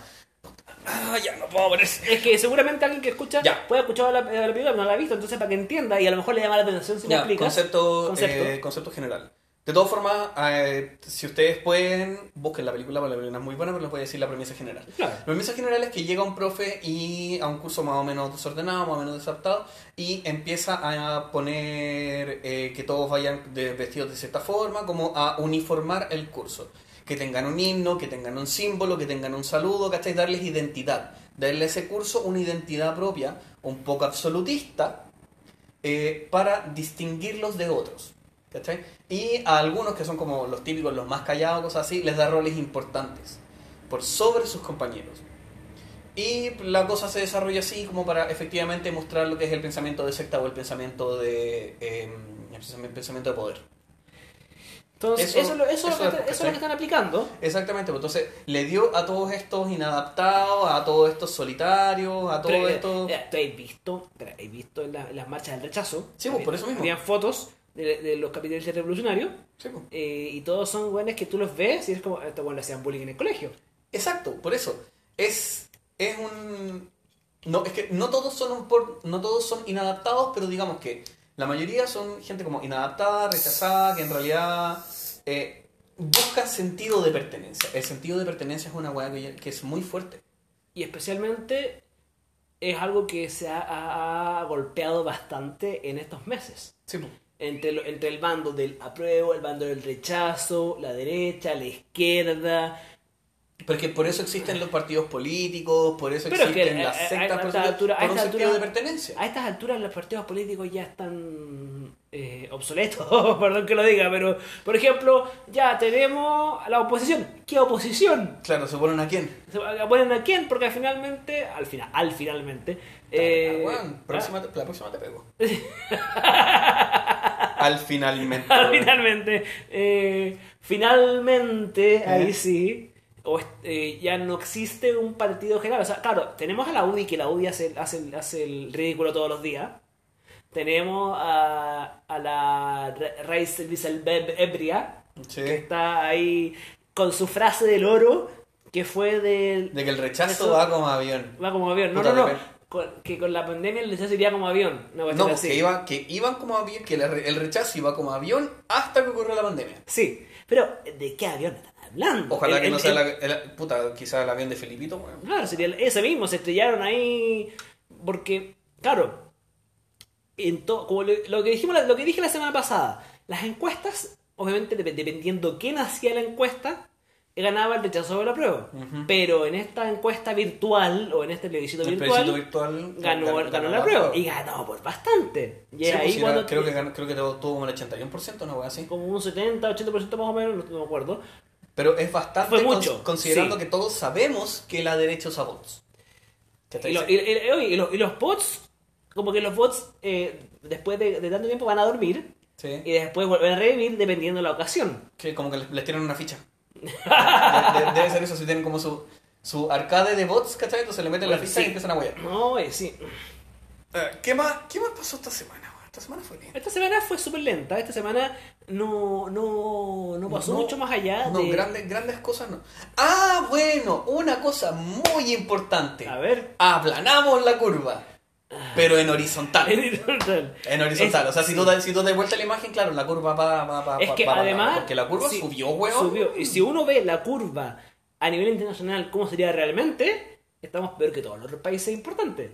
Speaker 1: Ah, ya no puedo poner...
Speaker 2: Es que seguramente alguien que escucha
Speaker 1: Ya.
Speaker 2: puede escuchar la, la película, pero no la ha visto, entonces para que entienda y a lo mejor le llama la atención si me
Speaker 1: Ya,
Speaker 2: explicas.
Speaker 1: concepto,
Speaker 2: Concepto.
Speaker 1: eh, concepto general. De todas formas, eh, si ustedes pueden, busquen la película, porque la película es muy buena, pero les voy a decir la premisa general.
Speaker 2: Claro.
Speaker 1: La premisa general es que llega un profe y a un curso más o menos desordenado, más o menos desadaptado, y empieza a poner eh, que todos vayan de- vestidos de cierta forma, como a uniformar el curso. Que tengan un himno, que tengan un símbolo, que tengan un saludo, ¿cachai? Darles identidad. Darle a ese curso una identidad propia, un poco absolutista, eh, para distinguirlos de otros. ¿cachai? Y a algunos que son como los típicos, los más callados, cosas así, les da roles importantes por sobre sus compañeros. Y la cosa se desarrolla así como para efectivamente mostrar lo que es el pensamiento de secta o el pensamiento de, eh, el pensamiento de poder.
Speaker 2: Entonces,
Speaker 1: eso-
Speaker 2: eso, es lo- eso es
Speaker 1: eso
Speaker 2: lo
Speaker 1: es,
Speaker 2: que, está- eso es lo
Speaker 1: ¿cachai?
Speaker 2: que están aplicando.
Speaker 1: Exactamente, pues, entonces le dio a todos estos inadaptados, a todos estos solitarios, a
Speaker 2: Pero,
Speaker 1: todos
Speaker 2: eh,
Speaker 1: estos...
Speaker 2: eh, ¿Tú has visto, espera, has visto en la- en las marchas del rechazo?
Speaker 1: Sí, pues, por eso mismo.
Speaker 2: Habían fotos de, de los capitalistas revolucionarios
Speaker 1: Sí, pues.
Speaker 2: eh, y todos son buenos que tú los ves y es como, estos buenos le hacían bullying en el colegio.
Speaker 1: Exacto, por eso. Es, es un. No, es que no todos son un por- no todos son inadaptados, pero digamos que la mayoría son gente como inadaptada, rechazada, que en realidad eh, buscan sentido de pertenencia. El sentido de pertenencia es una weá que, que es muy fuerte.
Speaker 2: Y especialmente es algo que se ha, ha- ha golpeado bastante en estos meses.
Speaker 1: Sí, po.
Speaker 2: Entre, lo- entre el bando del apruebo, el bando del rechazo, la derecha, la izquierda.
Speaker 1: Porque por eso existen los partidos políticos, por eso
Speaker 2: Pero es que
Speaker 1: existen
Speaker 2: a-
Speaker 1: las
Speaker 2: a- a
Speaker 1: sectas, por,
Speaker 2: esta
Speaker 1: eso-
Speaker 2: altura- a
Speaker 1: por un
Speaker 2: esta
Speaker 1: sentido
Speaker 2: altura-
Speaker 1: de pertenencia.
Speaker 2: A estas alturas los partidos políticos ya están eh, obsoletos, perdón que lo diga, pero por ejemplo, ya tenemos a la oposición. ¿Qué oposición?
Speaker 1: Claro, ¿se ponen a quién?
Speaker 2: Se ponen a quién, porque finalmente, al final, al finalmente,
Speaker 1: Ah,
Speaker 2: eh,
Speaker 1: weón,
Speaker 2: ah,
Speaker 1: próxima te- la próxima te pego. Al finalmente.
Speaker 2: Ah,
Speaker 1: weón.
Speaker 2: finalmente. eh, finalmente, ahí sí. o es- eh, ya no existe un partido general. O sea, claro, tenemos a la UDI, que la UDI hace, el- hace, el- hace el ridículo todos los días. Tenemos a, a la Re- Reis Wieselbeb Ebria,
Speaker 1: Sí.
Speaker 2: que está ahí con su frase del oro, que fue del...
Speaker 1: De que el rechazo
Speaker 2: Eso-
Speaker 1: va como avión.
Speaker 2: Va como avión. No,
Speaker 1: Puta,
Speaker 2: no,
Speaker 1: de
Speaker 2: no.
Speaker 1: ver.
Speaker 2: Con- que con la pandemia el rechazo iría como avión. Una cuestión
Speaker 1: No, pues,
Speaker 2: así.
Speaker 1: que, iban, que iban como avión, que la re- el rechazo iba como avión hasta que ocurrió la pandemia.
Speaker 2: Sí, pero ¿de qué avión están hablando?
Speaker 1: Ojalá
Speaker 2: El-
Speaker 1: que no
Speaker 2: el-
Speaker 1: sea
Speaker 2: el-
Speaker 1: la, el- puta, quizá el avión de Felipito, weón.
Speaker 2: Claro, sería el- ese mismo, se estrellaron ahí. Porque, claro, en to- como lo, lo que dijimos, la- lo que dije la semana pasada, las encuestas, obviamente dep- dependiendo quién hacía la encuesta, ganaba el rechazo o la prueba. Pero en esta encuesta virtual o en este plebiscito
Speaker 1: El
Speaker 2: virtual,
Speaker 1: plebiscito virtual
Speaker 2: ganó, ganó, la prueba. Y ganó por bastante. Y
Speaker 1: Sí,
Speaker 2: ahí
Speaker 1: pues, si era-
Speaker 2: cuando-
Speaker 1: creo, que ganó- creo que tuvo como el 81%, una weá así.
Speaker 2: como un 70, 80% más o menos, no, no me acuerdo.
Speaker 1: Pero es bastante
Speaker 2: Fue
Speaker 1: cons-
Speaker 2: mucho,
Speaker 1: considerando
Speaker 2: sí.
Speaker 1: que todos sabemos que la derecha usa bots. ¿Cachai?
Speaker 2: Y, lo- y- y- oye, y los, y los bots, como que los bots, eh, después de, de tanto tiempo, van a dormir
Speaker 1: Sí.
Speaker 2: y después vuelven a revivir dependiendo de la ocasión.
Speaker 1: Que como que les, les tiran una ficha. De- de- debe ser eso, si tienen como su, su arcade de bots, ¿cachai? Entonces le meten la
Speaker 2: Bueno,
Speaker 1: ficha
Speaker 2: sí.
Speaker 1: y empiezan a huear.
Speaker 2: No, eh, sí.
Speaker 1: Eh, ¿Qué más, ¿Qué más pasó esta semana? weón? Esta semana fue bien.
Speaker 2: Esta semana fue súper lenta. Esta semana no, no, no pasó
Speaker 1: No,
Speaker 2: mucho más allá
Speaker 1: No,
Speaker 2: de...
Speaker 1: grandes, grandes cosas no. Ah, bueno, una cosa muy importante.
Speaker 2: A ver.
Speaker 1: Aplanamos la curva, pero en horizontal. En horizontal,
Speaker 2: Es-
Speaker 1: o sea, si tú, das- si tú das vuelta la imagen, claro, la curva va, va, va-
Speaker 2: Es
Speaker 1: va
Speaker 2: que
Speaker 1: Ah, para
Speaker 2: además...
Speaker 1: abajo, porque la curva
Speaker 2: si-
Speaker 1: subió, huevón.
Speaker 2: Subió. Y si uno ve la curva a nivel internacional, cómo sería realmente, estamos peor que todos los otros países importantes.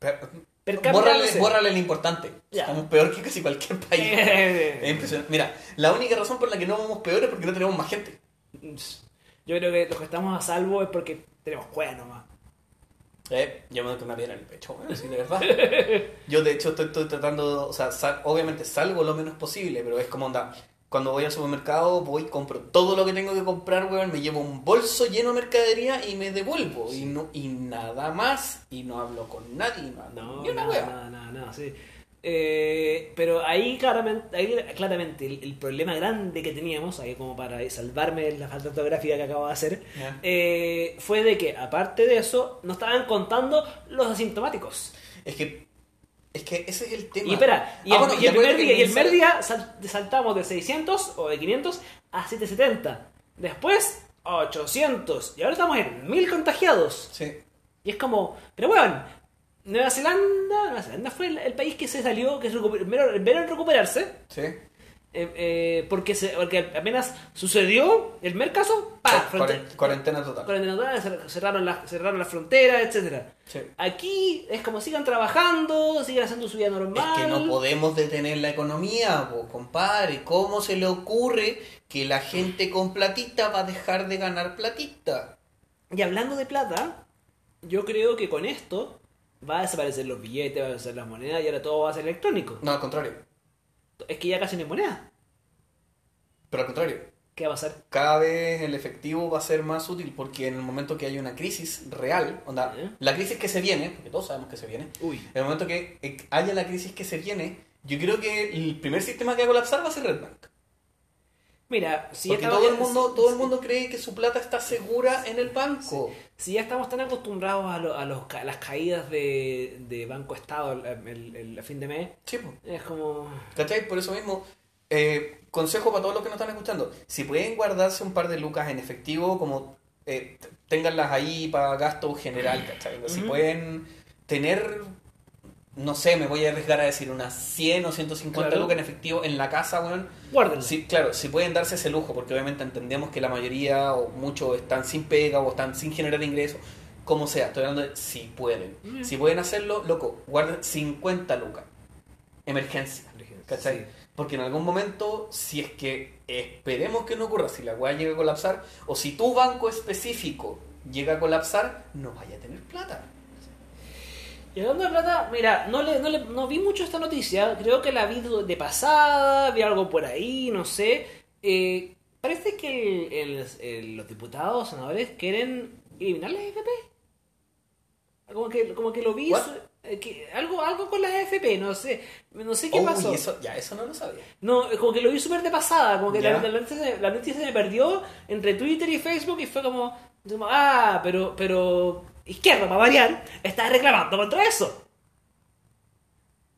Speaker 1: Pero-
Speaker 2: Per cápita,
Speaker 1: bórrale,
Speaker 2: no sé.
Speaker 1: bórrale el importante.
Speaker 2: Ya.
Speaker 1: Estamos peor que casi cualquier país. Es impresionante. Mira, la única razón por la que no vamos peor es porque no tenemos más gente.
Speaker 2: Yo creo que los que estamos a salvo es porque tenemos cueva nomás.
Speaker 1: Eh, yo me doy con una piedra en el pecho, weón, sí, de verdad. Yo, de hecho, estoy, estoy tratando, o sea, sal- obviamente salgo lo menos posible, pero es como onda. Cuando voy al supermercado, voy, compro todo lo que tengo que comprar, weón, me llevo un bolso lleno de mercadería y me devuelvo. Y, no, y nada más, y no hablo con nadie, no hablo
Speaker 2: No,
Speaker 1: ni una
Speaker 2: nada,
Speaker 1: weá.
Speaker 2: nada, nada, nada, sí. Eh, pero ahí claramente, ahí claramente el, el problema grande que teníamos, ahí como para salvarme de la falta ortográfica que acabo de hacer,
Speaker 1: Ya.
Speaker 2: eh, fue de que aparte de eso, no estaban contando los asintomáticos.
Speaker 1: Es que, es que ese es el tema.
Speaker 2: Y espera, y
Speaker 1: Ah,
Speaker 2: el,
Speaker 1: bueno,
Speaker 2: y
Speaker 1: y
Speaker 2: el primer
Speaker 1: acuérdate
Speaker 2: día,
Speaker 1: que
Speaker 2: y el primer
Speaker 1: Gonzalo-
Speaker 2: día sal- saltamos de 600 o de 500 a 770. Después, 800. Y ahora estamos en 1000 contagiados.
Speaker 1: Sí.
Speaker 2: Y es como, pero weón, Nueva Zelanda, Nueva Zelanda fue el, el país que se salió, que se recuperó, primero- primero en recuperarse,
Speaker 1: Sí.
Speaker 2: eh, eh, porque, se, porque apenas sucedió el primer caso, ¡pa!
Speaker 1: Cuaren-
Speaker 2: fronte-
Speaker 1: Cuarentena total.
Speaker 2: cuarentena total, cer- cerraron las cerraron las fronteras, etcétera.
Speaker 1: Sí.
Speaker 2: Aquí es como sigan trabajando, sigan haciendo su vida
Speaker 1: Es
Speaker 2: normal.
Speaker 1: que no podemos detener la economía, po, compadre. ¿Cómo se le ocurre que la gente con platita va a dejar de ganar platita?
Speaker 2: Y hablando de plata, yo creo que con esto va a desaparecer los billetes, va a desaparecer las monedas y ahora todo va a ser electrónico.
Speaker 1: No, al contrario.
Speaker 2: Es que ya casi no hay moneda.
Speaker 1: Pero al contrario.
Speaker 2: ¿Qué va a pasar?
Speaker 1: Cada vez el efectivo va a ser más útil porque en el momento que hay una crisis real, onda,
Speaker 2: ¿Eh?
Speaker 1: la crisis que se viene, porque todos sabemos que se viene,
Speaker 2: Uy.
Speaker 1: en el momento que eh, haya la crisis que se viene, yo creo que el primer sistema que va a colapsar va a ser Red Bank.
Speaker 2: Mira, si
Speaker 1: Porque
Speaker 2: ya
Speaker 1: todo el
Speaker 2: estamos-
Speaker 1: mundo,
Speaker 2: si-
Speaker 1: todo el mundo cree que su plata está segura en el banco.
Speaker 2: si ya estamos tan acostumbrados a, lo- a los ca- las caídas de, de Banco Estado el, el- el- a fin de mes,
Speaker 1: Sí, po.
Speaker 2: es como...
Speaker 1: ¿Cachai? Por eso mismo, eh, consejo para todos los que nos están escuchando. Si pueden guardarse un par de lucas en efectivo, como eh, t- ténganlas ahí para gasto general, ¿cachai? Si
Speaker 2: Ujú.
Speaker 1: pueden tener, no sé, me voy a arriesgar a decir unas 100 o 150
Speaker 2: Claro.
Speaker 1: lucas en efectivo en la casa, weón.
Speaker 2: Guárdenlo.
Speaker 1: Sí, claro, si pueden darse ese lujo, porque obviamente entendemos que la mayoría o muchos están sin pega o están sin generar ingresos, como sea, estoy hablando de si pueden.
Speaker 2: Mm.
Speaker 1: Si pueden hacerlo, loco, guarden 50 lucas. Emergencia.
Speaker 2: Emergencia,
Speaker 1: ¿Cachai?
Speaker 2: sí.
Speaker 1: Porque en algún momento, si es que esperemos que no ocurra, si la weá llega a colapsar, o si tu banco específico llega a colapsar, no vaya a tener plata.
Speaker 2: Y hablando de plata, mira, no, le, no, le- no vi mucho esta noticia, creo que la vi de pasada, vi algo por ahí, no sé. Eh, parece que el- el- el- los diputados, senadores, quieren eliminar la FP. Como que, como que lo vi.
Speaker 1: What?
Speaker 2: su- eh, que- algo, algo con las AFP, no sé. No sé qué
Speaker 1: Oh,
Speaker 2: pasó.
Speaker 1: y eso, ya, eso no lo sabía.
Speaker 2: No, como que lo vi súper de pasada, como que la,
Speaker 1: Ya.
Speaker 2: la noticia se, la noticia se me perdió entre Twitter y Facebook y fue como, como, ah, pero, pero izquierda, para variar, está reclamando contra eso.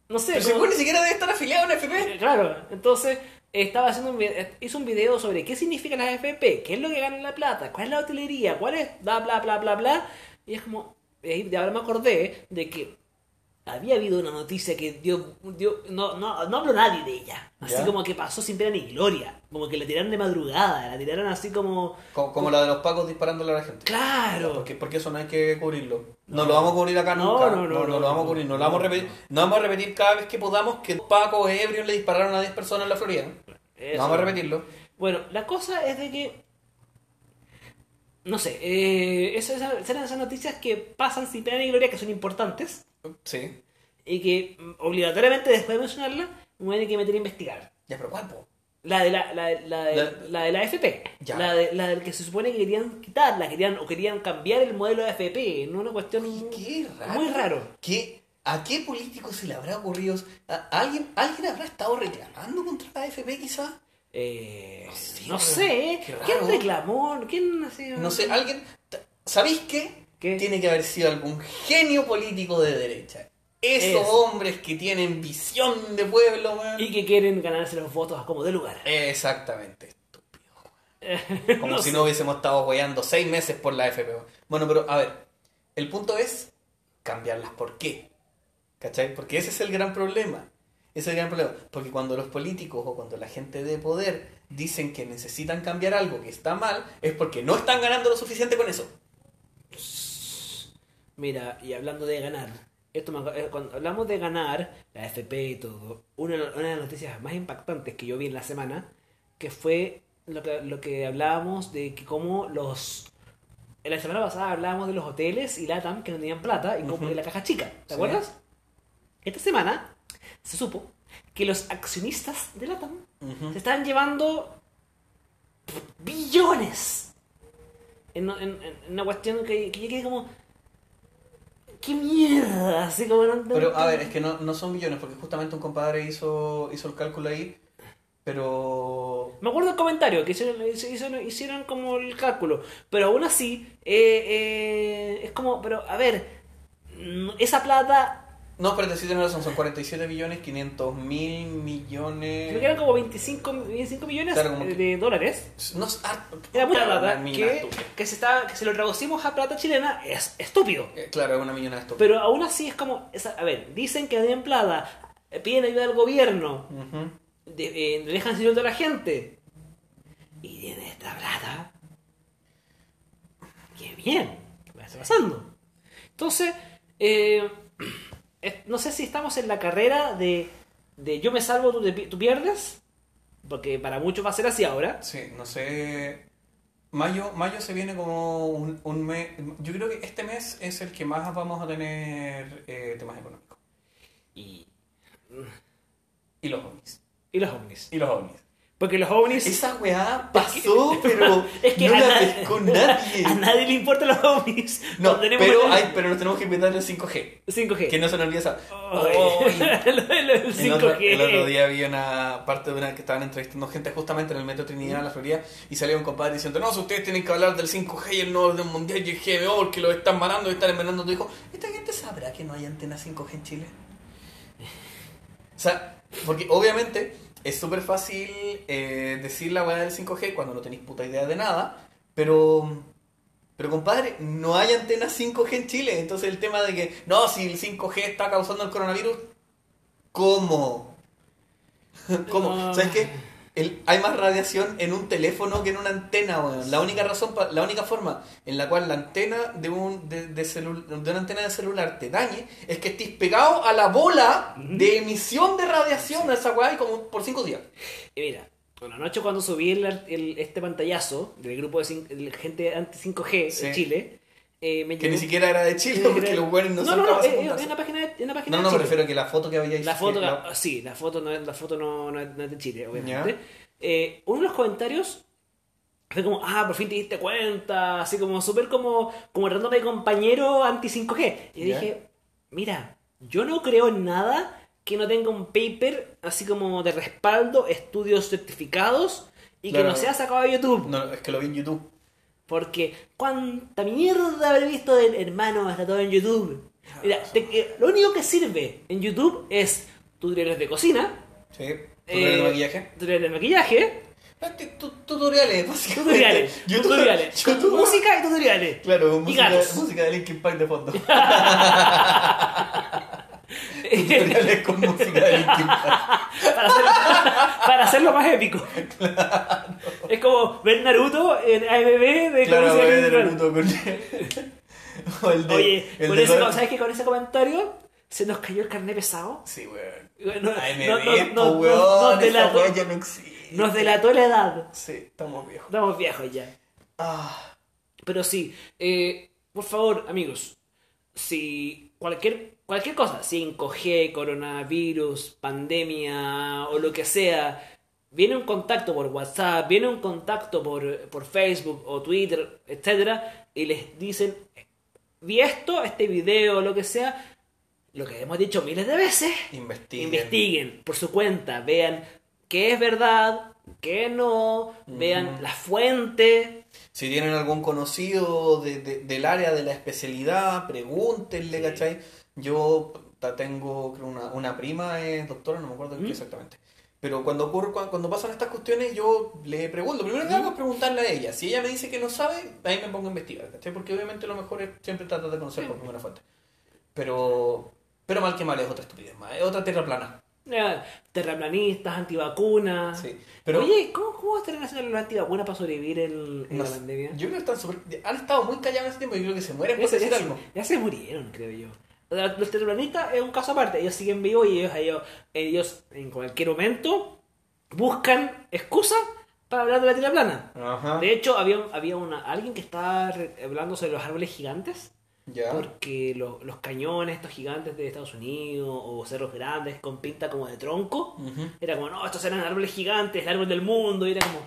Speaker 2: No sé,
Speaker 1: Pero
Speaker 2: como-
Speaker 1: seguro ni siquiera debe estar afiliado a una FP.
Speaker 2: eh, claro, entonces estaba haciendo un vide- hizo un video sobre qué significan las FP, qué es lo que ganan la plata, cuál es la utilería, cuál es bla bla bla bla bla. Y es como, y ahí de ahora me acordé de que había habido una noticia que dio, dio- no, no, no habló nadie de ella. Así
Speaker 1: ¿Ya?
Speaker 2: como que pasó sin pena ni gloria. Como que la tiraron de madrugada, la tiraron así como,
Speaker 1: Como, como la de los pacos disparándole a la gente.
Speaker 2: claro.
Speaker 1: Porque, porque eso no hay que cubrirlo. No,
Speaker 2: No.
Speaker 1: lo vamos a cubrir acá
Speaker 2: No,
Speaker 1: nunca.
Speaker 2: no, no, no,
Speaker 1: lo vamos a
Speaker 2: no,
Speaker 1: cubrir. No, lo
Speaker 2: no,
Speaker 1: vamos a
Speaker 2: no.
Speaker 1: repetir. No vamos a repetir cada vez que podamos que Paco ebrio le dispararon a 10 personas en la Florida.
Speaker 2: Eso.
Speaker 1: No vamos a repetirlo.
Speaker 2: Bueno, la cosa es de que. No sé, eh, eso- esa- serán esas noticias que pasan sin pena ni gloria, que son importantes,
Speaker 1: Sí.
Speaker 2: y que mm, obligatoriamente después de mencionarla, me tiene que meter a investigar.
Speaker 1: Ya, pero ¿cuál, po?
Speaker 2: La de la, la, de- la, de,
Speaker 1: La-
Speaker 2: la de la FP,
Speaker 1: Ya.
Speaker 2: la, de, la del que se supone que querían quitarla, querían, o querían cambiar el modelo de FP, en una cuestión muy,
Speaker 1: Qué raro.
Speaker 2: muy raro.
Speaker 1: ¿Qué- ¿A qué político se le habrá ocurrido? ¿A- ¿Alguien, ¿Alguien habrá estado reclamando contra la AFP quizás?
Speaker 2: Eh,
Speaker 1: Sí,
Speaker 2: no
Speaker 1: pero-
Speaker 2: sé, ¿eh?
Speaker 1: qué
Speaker 2: ¿quién
Speaker 1: raro.
Speaker 2: reclamó? ¿Quién hacía-
Speaker 1: No sé, alguien... t- ¿Sabéis qué?
Speaker 2: ¿Qué?
Speaker 1: Tiene que haber sido algún genio político de derecha. Esos
Speaker 2: Eso.
Speaker 1: hombres que tienen visión de pueblo, weón.
Speaker 2: Y que quieren ganarse los votos a como de lugar.
Speaker 1: Exactamente, estúpido. weón. Como si no hubiésemos estado weando seis meses por la FP. weón. Bueno, pero a ver, el punto es cambiarlas. ¿Por qué? ¿Cachai? Porque ese es el gran problema. Ese es el gran problema. Porque cuando los políticos o cuando la gente de poder dicen que necesitan cambiar algo que está mal, es porque no están ganando lo suficiente con eso.
Speaker 2: Mira, y hablando de ganar, esto me ac- eh, cuando hablamos de ganar, la FP y todo, una, una de las noticias más impactantes que yo vi en la semana, que fue lo que, lo que hablábamos de que cómo los... En la semana pasada hablábamos de los hoteles y LATAM que no tenían plata y cómo
Speaker 1: Ujú.
Speaker 2: la caja chica, ¿te
Speaker 1: Sí.
Speaker 2: acuerdas? Esta semana se supo que los accionistas de LATAM se están llevando billones en, en- en una cuestión que, que yo quedé como qué mierda así como no- no-
Speaker 1: Pero a ver, es que no, no son millones, porque justamente un compadre hizo, hizo el cálculo ahí, pero...
Speaker 2: me acuerdo el comentario que hicieron, hizo- hicieron, hicieron como el cálculo pero aún así eh, eh, es como pero a ver mm, esa plata
Speaker 1: No, pero sí tienes razón, son 47 millones 500 mil millones.
Speaker 2: creo que eran como 25, 25 millones
Speaker 1: Claro, como que-
Speaker 2: de dólares
Speaker 1: No es harto.
Speaker 2: era mucha plata
Speaker 1: Una mina
Speaker 2: que,
Speaker 1: estúpida.
Speaker 2: que se está que se lo traducimos a plata chilena es estúpido
Speaker 1: Eh, Claro, es una millona estúpida.
Speaker 2: Pero aún así es como, es- a ver, dicen que tienen plata, eh, piden ayuda al gobierno,
Speaker 1: Ujú.
Speaker 2: de- eh, le dejan sin ayuda a la gente. Y tienen esta plata. ¡Qué bien! ¿Qué me está pasando? Entonces, eh, es- no sé si estamos en la carrera de, de yo me salvo, tú, te pi- tú pierdes. Porque para muchos va a ser así ahora.
Speaker 1: Sí, no sé. Mayo, mayo se viene como un, un mes. Yo creo que este mes es el que más vamos a tener eh, temas económicos.
Speaker 2: Y,
Speaker 1: Y los ovnis.
Speaker 2: y los ovnis.
Speaker 1: Y los ovnis.
Speaker 2: Porque los ovnis...
Speaker 1: Esa weá pasó, pero
Speaker 2: Es que
Speaker 1: no
Speaker 2: a
Speaker 1: la
Speaker 2: nadie-
Speaker 1: pescó nadie.
Speaker 2: A nadie le importan los ovnis.
Speaker 1: No,
Speaker 2: Cuando tenemos
Speaker 1: pero,
Speaker 2: el-
Speaker 1: hay, pero nos tenemos que inventar el 5G.
Speaker 2: 5G.
Speaker 1: Que no se nos olvide esa.
Speaker 2: Ay,
Speaker 1: Ay.
Speaker 2: lo de- lo del
Speaker 1: El otro,
Speaker 2: 5G.
Speaker 1: el otro día vi una parte de una que estaban entrevistando gente justamente en el Metro Trinidad, en la Florida, y salía un compadre diciendo, no, si ustedes tienen que hablar del 5G y el nuevo orden mundial y el GBO porque lo están manando y están envenenando, tu hijo, ¿esta gente sabrá que no hay antena 5G en Chile? O sea, porque obviamente es súper fácil eh, decir la weá del 5G cuando no tenéis puta idea de nada, pero... Pero compadre, no hay antena 5G en Chile, entonces el tema de que, no, si el 5G está causando el coronavirus, ¿Cómo? ¿Cómo?
Speaker 2: No.
Speaker 1: ¿Sabes qué? El- hay más radiación en un teléfono que en una antena, weón. La única razón, pa- la única forma en la cual la antena de un de, de celu- de una antena de celular te dañe es que estés pegado a la bola de emisión de radiación a esa weá y como por cinco días.
Speaker 2: Y mira, bueno, anoche cuando subí el, el- este pantallazo del grupo de cin- el- gente anti-5G
Speaker 1: Sí.
Speaker 2: de Chile, eh, me
Speaker 1: Que
Speaker 2: llegó-
Speaker 1: ni siquiera era de Chile porque los weones no,
Speaker 2: No,
Speaker 1: son
Speaker 2: no, no,
Speaker 1: capaces de
Speaker 2: eh, eh,
Speaker 1: juntarse.
Speaker 2: en la página de, en la página
Speaker 1: No,
Speaker 2: de
Speaker 1: no, me
Speaker 2: Chile.
Speaker 1: refiero a que la foto que había
Speaker 2: La
Speaker 1: que
Speaker 2: foto,
Speaker 1: la-
Speaker 2: ah, sí, la foto no es, la foto no, no es, no es de Chile, obviamente. Eh, uno de los comentarios Fue como, ah, por fin te diste cuenta, así como súper como, como tratándome de compañero anti-5G. Y yo
Speaker 1: Ya.
Speaker 2: dije, mira, yo no creo en nada que no tenga un paper así como de respaldo, estudios certificados y que
Speaker 1: Claro.
Speaker 2: no sea sacado de YouTube.
Speaker 1: No, es que lo vi en YouTube.
Speaker 2: Porque cuánta mierda habré visto del hermano está todo en YouTube.
Speaker 1: Ah,
Speaker 2: Mira, te- eh, lo único que sirve en YouTube es tutoriales de cocina,
Speaker 1: Sí. Tutoriales de
Speaker 2: eh,
Speaker 1: maquillaje.
Speaker 2: tutoriales de maquillaje,
Speaker 1: Este, tu- Tutoriales, básicamente.
Speaker 2: tutoriales,
Speaker 1: YouTube-
Speaker 2: tutoriales,
Speaker 1: YouTube-
Speaker 2: música y tutoriales.
Speaker 1: Claro,
Speaker 2: y
Speaker 1: música,
Speaker 2: gatos.
Speaker 1: música de Linkin Park de fondo. Tutoriales con música de Linkin Park.
Speaker 2: para, hacer- para hacerlo más épico. Es como ver Naruto en AMB de
Speaker 1: Claro,
Speaker 2: cómo se
Speaker 1: güey, de
Speaker 2: llama.
Speaker 1: Naruto con... o el de...
Speaker 2: Oye,
Speaker 1: el
Speaker 2: con
Speaker 1: de
Speaker 2: ese,
Speaker 1: Dor-
Speaker 2: ¿sabes qué? Con ese comentario se nos cayó el carnet pesado.
Speaker 1: Sí, weón.
Speaker 2: No, no,
Speaker 1: AMD,
Speaker 2: no, no,
Speaker 1: po,
Speaker 2: no,
Speaker 1: pues, weón,
Speaker 2: nos
Speaker 1: esa
Speaker 2: delató.
Speaker 1: weá ya no existe.
Speaker 2: Nos delató la edad.
Speaker 1: Sí, estamos viejos.
Speaker 2: Este, Estamos viejos ya.
Speaker 1: Ah,
Speaker 2: Pero sí, eh, por favor, amigos, si cualquier, cualquier cosa, 5G, coronavirus, pandemia o lo que sea, viene un contacto por WhatsApp, viene un contacto por, por Facebook o Twitter, etcétera, y les dicen, vi esto, este video, lo que sea, lo que hemos dicho miles de veces,
Speaker 1: investiguen.
Speaker 2: investiguen por su cuenta, vean qué es verdad, qué no, vean
Speaker 1: Ujú.
Speaker 2: la fuente,
Speaker 1: Si tienen algún conocido de- de- del área de la especialidad, pregúntenle,
Speaker 2: Sí.
Speaker 1: ¿cachai? Yo ta- tengo, creo, una, una prima, es doctora, no me acuerdo en
Speaker 2: ¿Mm?
Speaker 1: qué exactamente. Pero cuando ocurre, cua- cuando, pasan estas cuestiones, yo le pregunto. Primero
Speaker 2: Mm.
Speaker 1: que hago es preguntarle a ella. Si ella me dice que no sabe, ahí me pongo a investigar, ¿cachai? Porque obviamente lo mejor es siempre tratar de conocer por primera fuente. Pero, pero mal que mal es otra estupidez, más, es otra tierra plana.
Speaker 2: Eh, terraplanistas, antivacunas.
Speaker 1: Sí. Pero,
Speaker 2: Ah. Oye, ¿cómo, cómo están haciendo las antivacunas para sobrevivir el, en
Speaker 1: no
Speaker 2: la
Speaker 1: sé,
Speaker 2: pandemia?
Speaker 1: yo creo que están súper- han estado muy callados en ese tiempo. Yo creo que se mueren
Speaker 2: Ya
Speaker 1: por
Speaker 2: se-
Speaker 1: decir
Speaker 2: ya, se,
Speaker 1: algo.
Speaker 2: ya se murieron, creo yo. O sea, Los terraplanistas es un caso aparte. Ellos siguen vivos y ellos, ellos, ellos en cualquier momento buscan excusas para hablar de la tierra plana.
Speaker 1: Ajá.
Speaker 2: De hecho, había, había una, alguien que estaba re- hablando sobre los árboles gigantes.
Speaker 1: Ya.
Speaker 2: Porque lo- los cañones, estos gigantes de Estados Unidos o cerros grandes con pinta como de tronco,
Speaker 1: Ujú.
Speaker 2: era como, no, estos eran árboles gigantes, el árbol del mundo, y era como,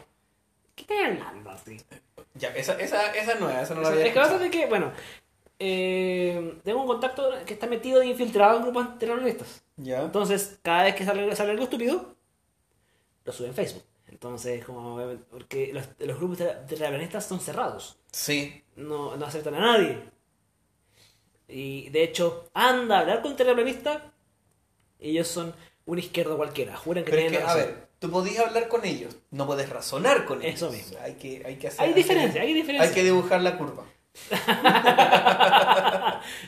Speaker 2: ¿qué estás hablando así?
Speaker 1: Ya, esa, esa, esa es nueva, esa no la
Speaker 2: O sea,
Speaker 1: había
Speaker 2: es que pasa
Speaker 1: escuchado.
Speaker 2: de que, bueno, eh, tengo un contacto que está metido de infiltrado en grupos terroristas.
Speaker 1: Ya.
Speaker 2: Entonces, cada vez que sale, sale algo estúpido, lo sube en Facebook. Entonces, como, porque los, los grupos terra- terraplanistas son cerrados.
Speaker 1: Sí.
Speaker 2: no, no aceptan a nadie. Y de hecho, anda a hablar con terraplanista. Ellos son un izquierdo cualquiera. Juran que
Speaker 1: Pero es
Speaker 2: tienen
Speaker 1: que, a
Speaker 2: razón.
Speaker 1: ver, tú podías hablar con ellos, no podés razonar con ellos.
Speaker 2: Eso mismo.
Speaker 1: Hay que, hay que hacer.
Speaker 2: hay
Speaker 1: que-
Speaker 2: diferencia, hay
Speaker 1: Hay
Speaker 2: diferencia.
Speaker 1: que dibujar la curva.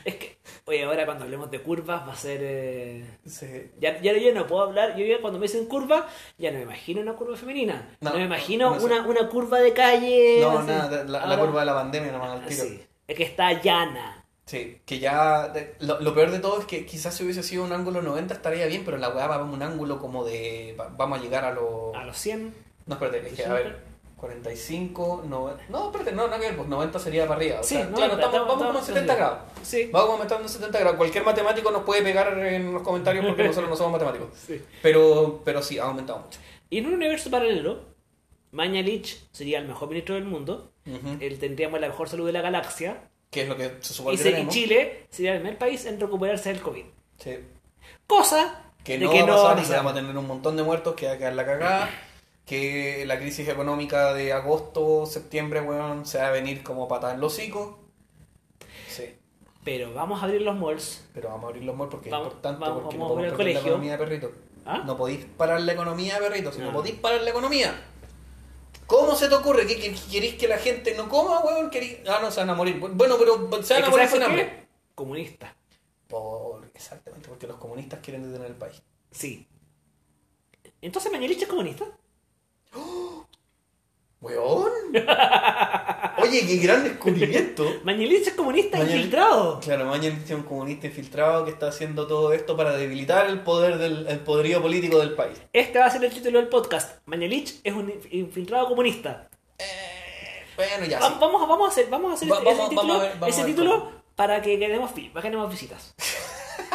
Speaker 2: Es que, oye, ahora cuando hablemos de curvas va a ser. eh,
Speaker 1: Sí.
Speaker 2: Ya, ya, yo no puedo hablar. Yo ya cuando me dicen curva, ya no me imagino una curva femenina. No,
Speaker 1: No,
Speaker 2: me imagino
Speaker 1: no sé.
Speaker 2: una, una curva de calle.
Speaker 1: No,
Speaker 2: así.
Speaker 1: nada, la, la
Speaker 2: Ahora- Ah,
Speaker 1: curva de la pandemia nomás al tiro. Sí.
Speaker 2: Sí, es que está llana.
Speaker 1: que ya. de- Lo, lo peor de todo es que quizás si hubiese sido un ángulo 90 estaría bien, pero la weá va a un ángulo como de. va- vamos a llegar a los.
Speaker 2: A los 100.
Speaker 1: No, espérate, es que, a ver. 45, 90. No, espérate, no, no, que pues 90 sería para arriba. O
Speaker 2: Sí,
Speaker 1: sea,
Speaker 2: 90,
Speaker 1: claro, estamos,
Speaker 2: estamos-
Speaker 1: vamos como en
Speaker 2: estamos-
Speaker 1: 70 grados.
Speaker 2: Sí.
Speaker 1: Vamos aumentando en 70 grados. Cualquier matemático nos puede pegar en los comentarios porque nosotros no somos matemáticos.
Speaker 2: sí.
Speaker 1: Pero, pero sí, ha aumentado mucho.
Speaker 2: Y en un universo paralelo, Mañalich sería el mejor ministro del mundo,
Speaker 1: Ujú.
Speaker 2: él tendríamos la mejor salud de la galaxia,
Speaker 1: Eh, Que es lo que se supone
Speaker 2: y,
Speaker 1: que
Speaker 2: se- y
Speaker 1: tenemos.
Speaker 2: Chile sería el primer país en recuperarse del COVID.
Speaker 1: Sí.
Speaker 2: Cosa
Speaker 1: Que
Speaker 2: de
Speaker 1: no
Speaker 2: que
Speaker 1: va a pasar y
Speaker 2: pasar.
Speaker 1: vamos a tener un montón de muertos, que va a quedar la cagada. Que la crisis económica de agosto, septiembre, weón, se va a venir como patada en los hocicos. Sí,
Speaker 2: Pero vamos a abrir los malls.
Speaker 1: pero vamos a abrir los malls porque
Speaker 2: Vamos-
Speaker 1: es importante
Speaker 2: vamos-
Speaker 1: porque
Speaker 2: vamos a
Speaker 1: no
Speaker 2: abrir el
Speaker 1: podemos perder la
Speaker 2: colegio.
Speaker 1: economía de perrito.
Speaker 2: ¿Ah?
Speaker 1: No podéis parar la economía de perrito, si no,
Speaker 2: No.
Speaker 1: podéis parar la economía. ¿Cómo se te ocurre que, que- que queréis que la gente no coma, weón? Queréis- Ah, no, se van a morir. Bueno, pero se
Speaker 2: Es
Speaker 1: van a
Speaker 2: que
Speaker 1: morir
Speaker 2: ¿sabes
Speaker 1: sin
Speaker 2: por qué?
Speaker 1: hambre.
Speaker 2: Comunista.
Speaker 1: Por- exactamente, porque los comunistas quieren detener el país.
Speaker 2: Sí. Entonces Mañalich es comunista.
Speaker 1: ¡Weón! Oye, qué gran descubrimiento.
Speaker 2: Mañalich es comunista
Speaker 1: Mañalich-
Speaker 2: infiltrado.
Speaker 1: Claro, Mañan es un comunista infiltrado que está haciendo todo esto para debilitar el poder del el poderío político del país.
Speaker 2: Este va a ser el título del podcast. Mañalich es un inf- infiltrado comunista.
Speaker 1: Eh, bueno, ya
Speaker 2: Va-
Speaker 1: sí.
Speaker 2: Vamos, a- vamos a hacer, vamos a hacer
Speaker 1: Va-
Speaker 2: ese,
Speaker 1: vamos-
Speaker 2: ese título,
Speaker 1: vamos a ver- vamos
Speaker 2: ese
Speaker 1: a ver
Speaker 2: título
Speaker 1: cómo.
Speaker 2: para que ganemos, fi- para que ganemos visitas.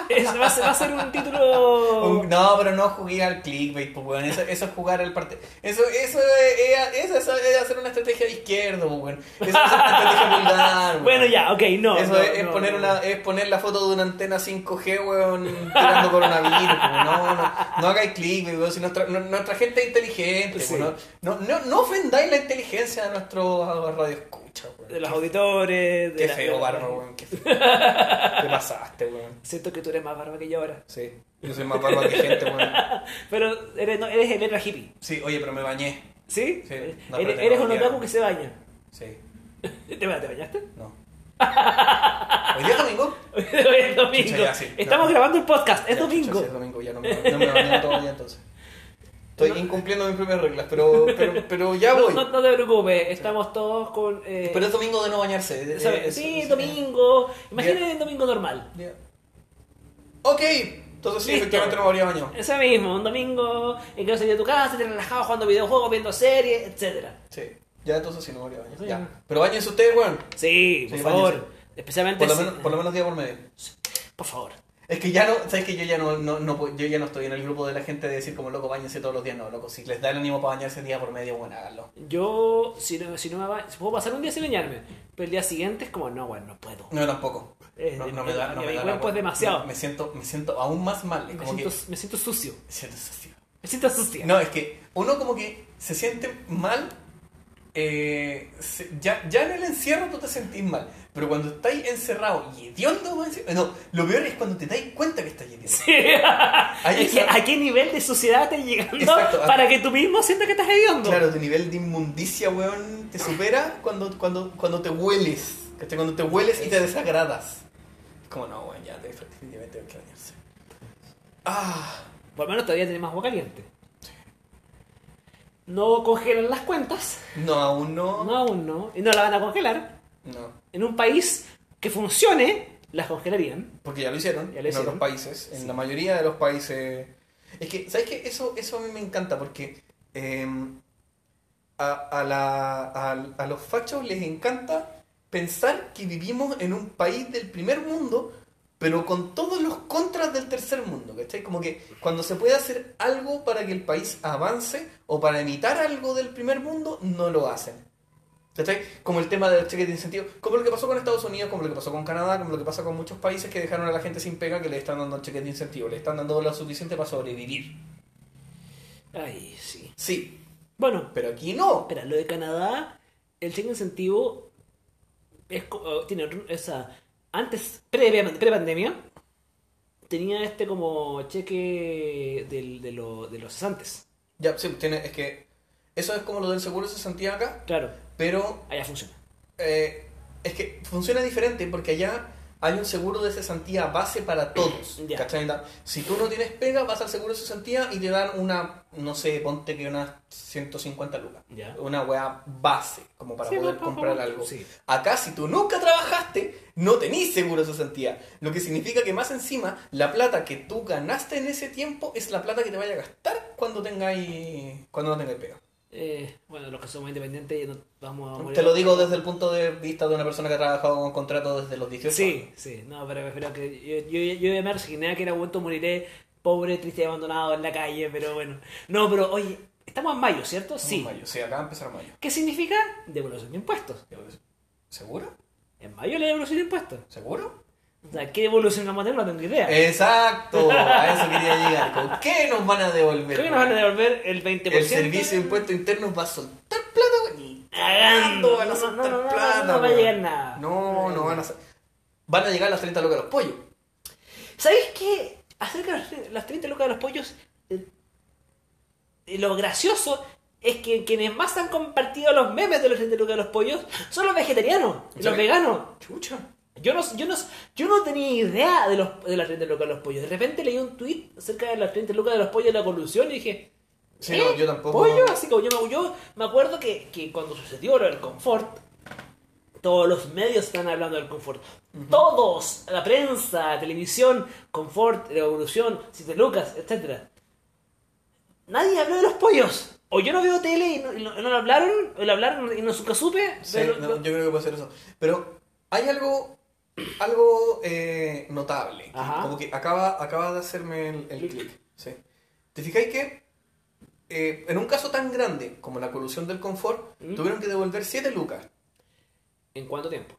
Speaker 2: Es- va, a ser, va a ser un título.
Speaker 1: Un- No, pero no jugué al clickbait, pues, weón. Eso, eso es jugar al partido. Eso, eso, es, eso, eso es hacer una estrategia de izquierdo, pues, weón. Eso es hacer una estrategia vulgar, weón.
Speaker 2: Bueno, ya, ok, no.
Speaker 1: Eso
Speaker 2: no,
Speaker 1: es, es
Speaker 2: no,
Speaker 1: poner
Speaker 2: no.
Speaker 1: Una, es poner la foto de una antena 5G, weón, tirando coronavirus. como, no, no, no hagáis clic, weón. Si nuestra, no- nuestra gente es inteligente,
Speaker 2: Sí.
Speaker 1: weón, no, no, no ofendáis la inteligencia de nuestros radioescuchas,
Speaker 2: De
Speaker 1: weón.
Speaker 2: los auditores. De
Speaker 1: Qué
Speaker 2: la-
Speaker 1: feo,
Speaker 2: de-
Speaker 1: bárbaro, weón. Qué feo. Te pasaste, weón.
Speaker 2: Siento que tú eres más barba que yo ahora.
Speaker 1: Sí, yo soy más bárbaro que gente, weón.
Speaker 2: Pero eres, no, eres el héroe hippie.
Speaker 1: Sí, oye, pero me bañé.
Speaker 2: ¿Sí?
Speaker 1: Sí,
Speaker 2: Eres-
Speaker 1: no,
Speaker 2: eres
Speaker 1: espérate, no,
Speaker 2: un
Speaker 1: ya.
Speaker 2: otaku que se baña.
Speaker 1: Sí,
Speaker 2: ¿Te, ¿te bañaste?
Speaker 1: no. ¿Hoy día es domingo?
Speaker 2: Hoy es domingo.
Speaker 1: Chucha, ya, sí.
Speaker 2: Estamos
Speaker 1: No.
Speaker 2: grabando el podcast. Es
Speaker 1: Ya,
Speaker 2: domingo.
Speaker 1: chucha, es domingo, ya no me, no me bañé todo el día entonces. Estoy incumpliendo mis propias reglas, pero, pero, pero ya
Speaker 2: No,
Speaker 1: voy.
Speaker 2: no- no te preocupes, estamos todos con. eh,
Speaker 1: Pero es domingo de no bañarse. eh,
Speaker 2: ¿sabes?
Speaker 1: es-
Speaker 2: sí,
Speaker 1: es-
Speaker 2: domingo. Imagínate el domingo normal.
Speaker 1: Ya. Ok, entonces sí,
Speaker 2: Listo.
Speaker 1: efectivamente no me habría bañado.
Speaker 2: Eso mismo, un domingo en que no salías de tu casa, te relajado jugando videojuegos, viendo series, etcétera.
Speaker 1: Sí, ya entonces sí no me habría bañado.
Speaker 2: Sí.
Speaker 1: Ya. Pero bañense ustedes, weón.
Speaker 2: Sí, por
Speaker 1: Sí,
Speaker 2: favor.
Speaker 1: bañense.
Speaker 2: Especialmente.
Speaker 1: Por lo,
Speaker 2: si-
Speaker 1: menos, por lo menos día por medio.
Speaker 2: Por favor.
Speaker 1: Es que ya no, sabes que yo ya no, no, no puedo- yo ya no estoy en el grupo de la gente de decir como loco bañense todos los días, no, loco, si les da el ánimo para bañarse día por medio, bueno, háganlo.
Speaker 2: Yo, si no, si no me ba- puedo pasar un día sin bañarme, pero el día siguiente es como, no, bueno, no puedo.
Speaker 1: No, tampoco.
Speaker 2: Eh,
Speaker 1: no,
Speaker 2: de-
Speaker 1: no me da,
Speaker 2: de-
Speaker 1: no
Speaker 2: de
Speaker 1: me
Speaker 2: mi
Speaker 1: da
Speaker 2: cuerpo es
Speaker 1: la voz.
Speaker 2: pues, demasiado.
Speaker 1: Me, me siento, me siento aún más mal.
Speaker 2: Me
Speaker 1: como
Speaker 2: siento,
Speaker 1: que,
Speaker 2: me siento sucio.
Speaker 1: siento sucio.
Speaker 2: Me siento sucio.
Speaker 1: No, es que uno como que se siente mal. eh, se- ya, ya en el encierro tú te sentís mal. Pero cuando estáis encerrado y hediondo, más encima- no, lo peor es cuando te dais cuenta que estás hediondo. Ahí
Speaker 2: Es que,
Speaker 1: está.
Speaker 2: ¿A qué nivel de suciedad estás llegando
Speaker 1: Exacto.
Speaker 2: para que tú mismo sientas que estás hediondo?
Speaker 1: Claro, tu nivel de inmundicia, weón, te supera cuando, cuando, cuando te hueles. ¿Cachai? Cuando te hueles y te desagradas. Es como, no, weón, ya definitivamente tengo que bañarse. Ah,
Speaker 2: Por lo menos todavía tenés más agua caliente. No congelan las cuentas.
Speaker 1: no, aún
Speaker 2: No, aún no. Y no la van a congelar.
Speaker 1: No,
Speaker 2: En un país que funcione, las congelarían.
Speaker 1: porque ya lo hicieron
Speaker 2: Ya lo
Speaker 1: en
Speaker 2: hicieron.
Speaker 1: otros países, en la mayoría de los países. Es que, ¿sabes qué? Eso, eso a mí me encanta porque eh, a, a, la, a, a los fachos les encanta pensar que vivimos en un país del primer mundo, pero con todos los contras del tercer mundo, ¿cachai? Como que cuando se puede hacer algo para que el país avance o para imitar algo del primer mundo, no lo hacen. ¿Cachai? Como el tema del cheque de incentivo, como lo que pasó con Estados Unidos, como lo que pasó con Canadá, como lo que pasa con muchos países que dejaron a la gente sin pega que le están dando cheques de incentivo, le están dando lo suficiente para sobrevivir.
Speaker 2: Ay, sí.
Speaker 1: Sí,
Speaker 2: Bueno,
Speaker 1: pero aquí no.
Speaker 2: espera, lo de Canadá, el cheque incentivo es, co- eh, tiene otro- esa. Antes, previa- pre-pandemia, tenía este como cheque del- de, lo- de los cesantes.
Speaker 1: Ya, sí, pues tiene, es que eso es como lo del seguro se sentía acá,
Speaker 2: Claro,
Speaker 1: pero
Speaker 2: allá funciona.
Speaker 1: eh, es que funciona diferente porque allá hay un seguro de cesantía base para todos.
Speaker 2: Ya.
Speaker 1: ¿cachai? Da- Si tú no tienes pega, vas al seguro de cesantía y te dan una, no sé, ponte que unas 150 lucas.
Speaker 2: Ya.
Speaker 1: Una weá base, como para
Speaker 2: Sí,
Speaker 1: poder
Speaker 2: pa- pa-
Speaker 1: comprar
Speaker 2: pa-
Speaker 1: algo.
Speaker 2: sí.
Speaker 1: Acá, si tú nunca trabajaste, no tenís seguro de cesantía. Lo que significa que más encima, la plata que tú ganaste en ese tiempo es la plata que te vaya a gastar cuando tengáis, cuando no tengáis pega.
Speaker 2: Eh, bueno, los que somos independientes ya no vamos a morir.
Speaker 1: Te lo digo desde el punto de vista de una persona que ha trabajado con contrato desde los 18 años.
Speaker 2: Sí, sí, no, pero prefiero que. Yo, yo, yo ya me resigné a que en algún momento moriré pobre, triste y abandonado en la calle, pero bueno. No, pero oye, estamos en mayo, ¿cierto?
Speaker 1: Estamos
Speaker 2: sí.
Speaker 1: en mayo, sí, acá va a empezar mayo.
Speaker 2: ¿Qué significa? Devolución de impuestos.
Speaker 1: ¿Seguro?
Speaker 2: En mayo la devolución de impuestos.
Speaker 1: ¿Seguro?
Speaker 2: O sea, ¿qué devolución vamos a tener? No tengo idea.
Speaker 1: Eh, Exacto, a eso quería llegar. ¿Con qué nos van a devolver?
Speaker 2: Creo que nos van a devolver el 20%.
Speaker 1: El servicio de impuestos internos va a soltar plata, güey. Ni
Speaker 2: Cagando.
Speaker 1: cagando
Speaker 2: No,
Speaker 1: van a
Speaker 2: no,
Speaker 1: soltar
Speaker 2: no, no, no,
Speaker 1: plata,
Speaker 2: no va a
Speaker 1: güey.
Speaker 2: llegar nada.
Speaker 1: No, no van a sa- Van a llegar las 30 lucas a los pollos.
Speaker 2: ¿Sabéis qué? Acerca de las 30 lucas de los pollos, eh, lo gracioso es que quienes más han compartido los memes de los 30 lucas de los pollos son los vegetarianos,
Speaker 1: ¿En
Speaker 2: los
Speaker 1: serio?
Speaker 2: veganos.
Speaker 1: Chucha.
Speaker 2: Yo no, yo, no, yo no tenía idea de, los, de las 30 lucas de los pollos. De repente leí un tweet acerca de las 30 lucas de los pollos de la colusión y dije. ¿eh?
Speaker 1: Sí, no, yo tampoco.
Speaker 2: ¿Pollo? Así como yo me, yo me acuerdo que, que cuando sucedió lo del confort, todos los medios están hablando del confort. Todos, la prensa, televisión, confort, revolución, 7 lucas, etc. Nadie habló de los pollos. O yo no veo tele y no, y no- no lo hablaron, o lo hablaron y no supe.
Speaker 1: Sí,
Speaker 2: pero-
Speaker 1: no, yo creo que puede ser eso. Pero hay algo algo eh, notable. que
Speaker 2: Ajá.
Speaker 1: como que acaba, acaba de hacerme el, el
Speaker 2: Clic.
Speaker 1: clic. sí. ¿Te fijáis que eh, en un caso tan grande como la colusión del confort,
Speaker 2: ¿Mm?
Speaker 1: tuvieron que devolver 7 lucas?
Speaker 2: ¿En cuánto tiempo?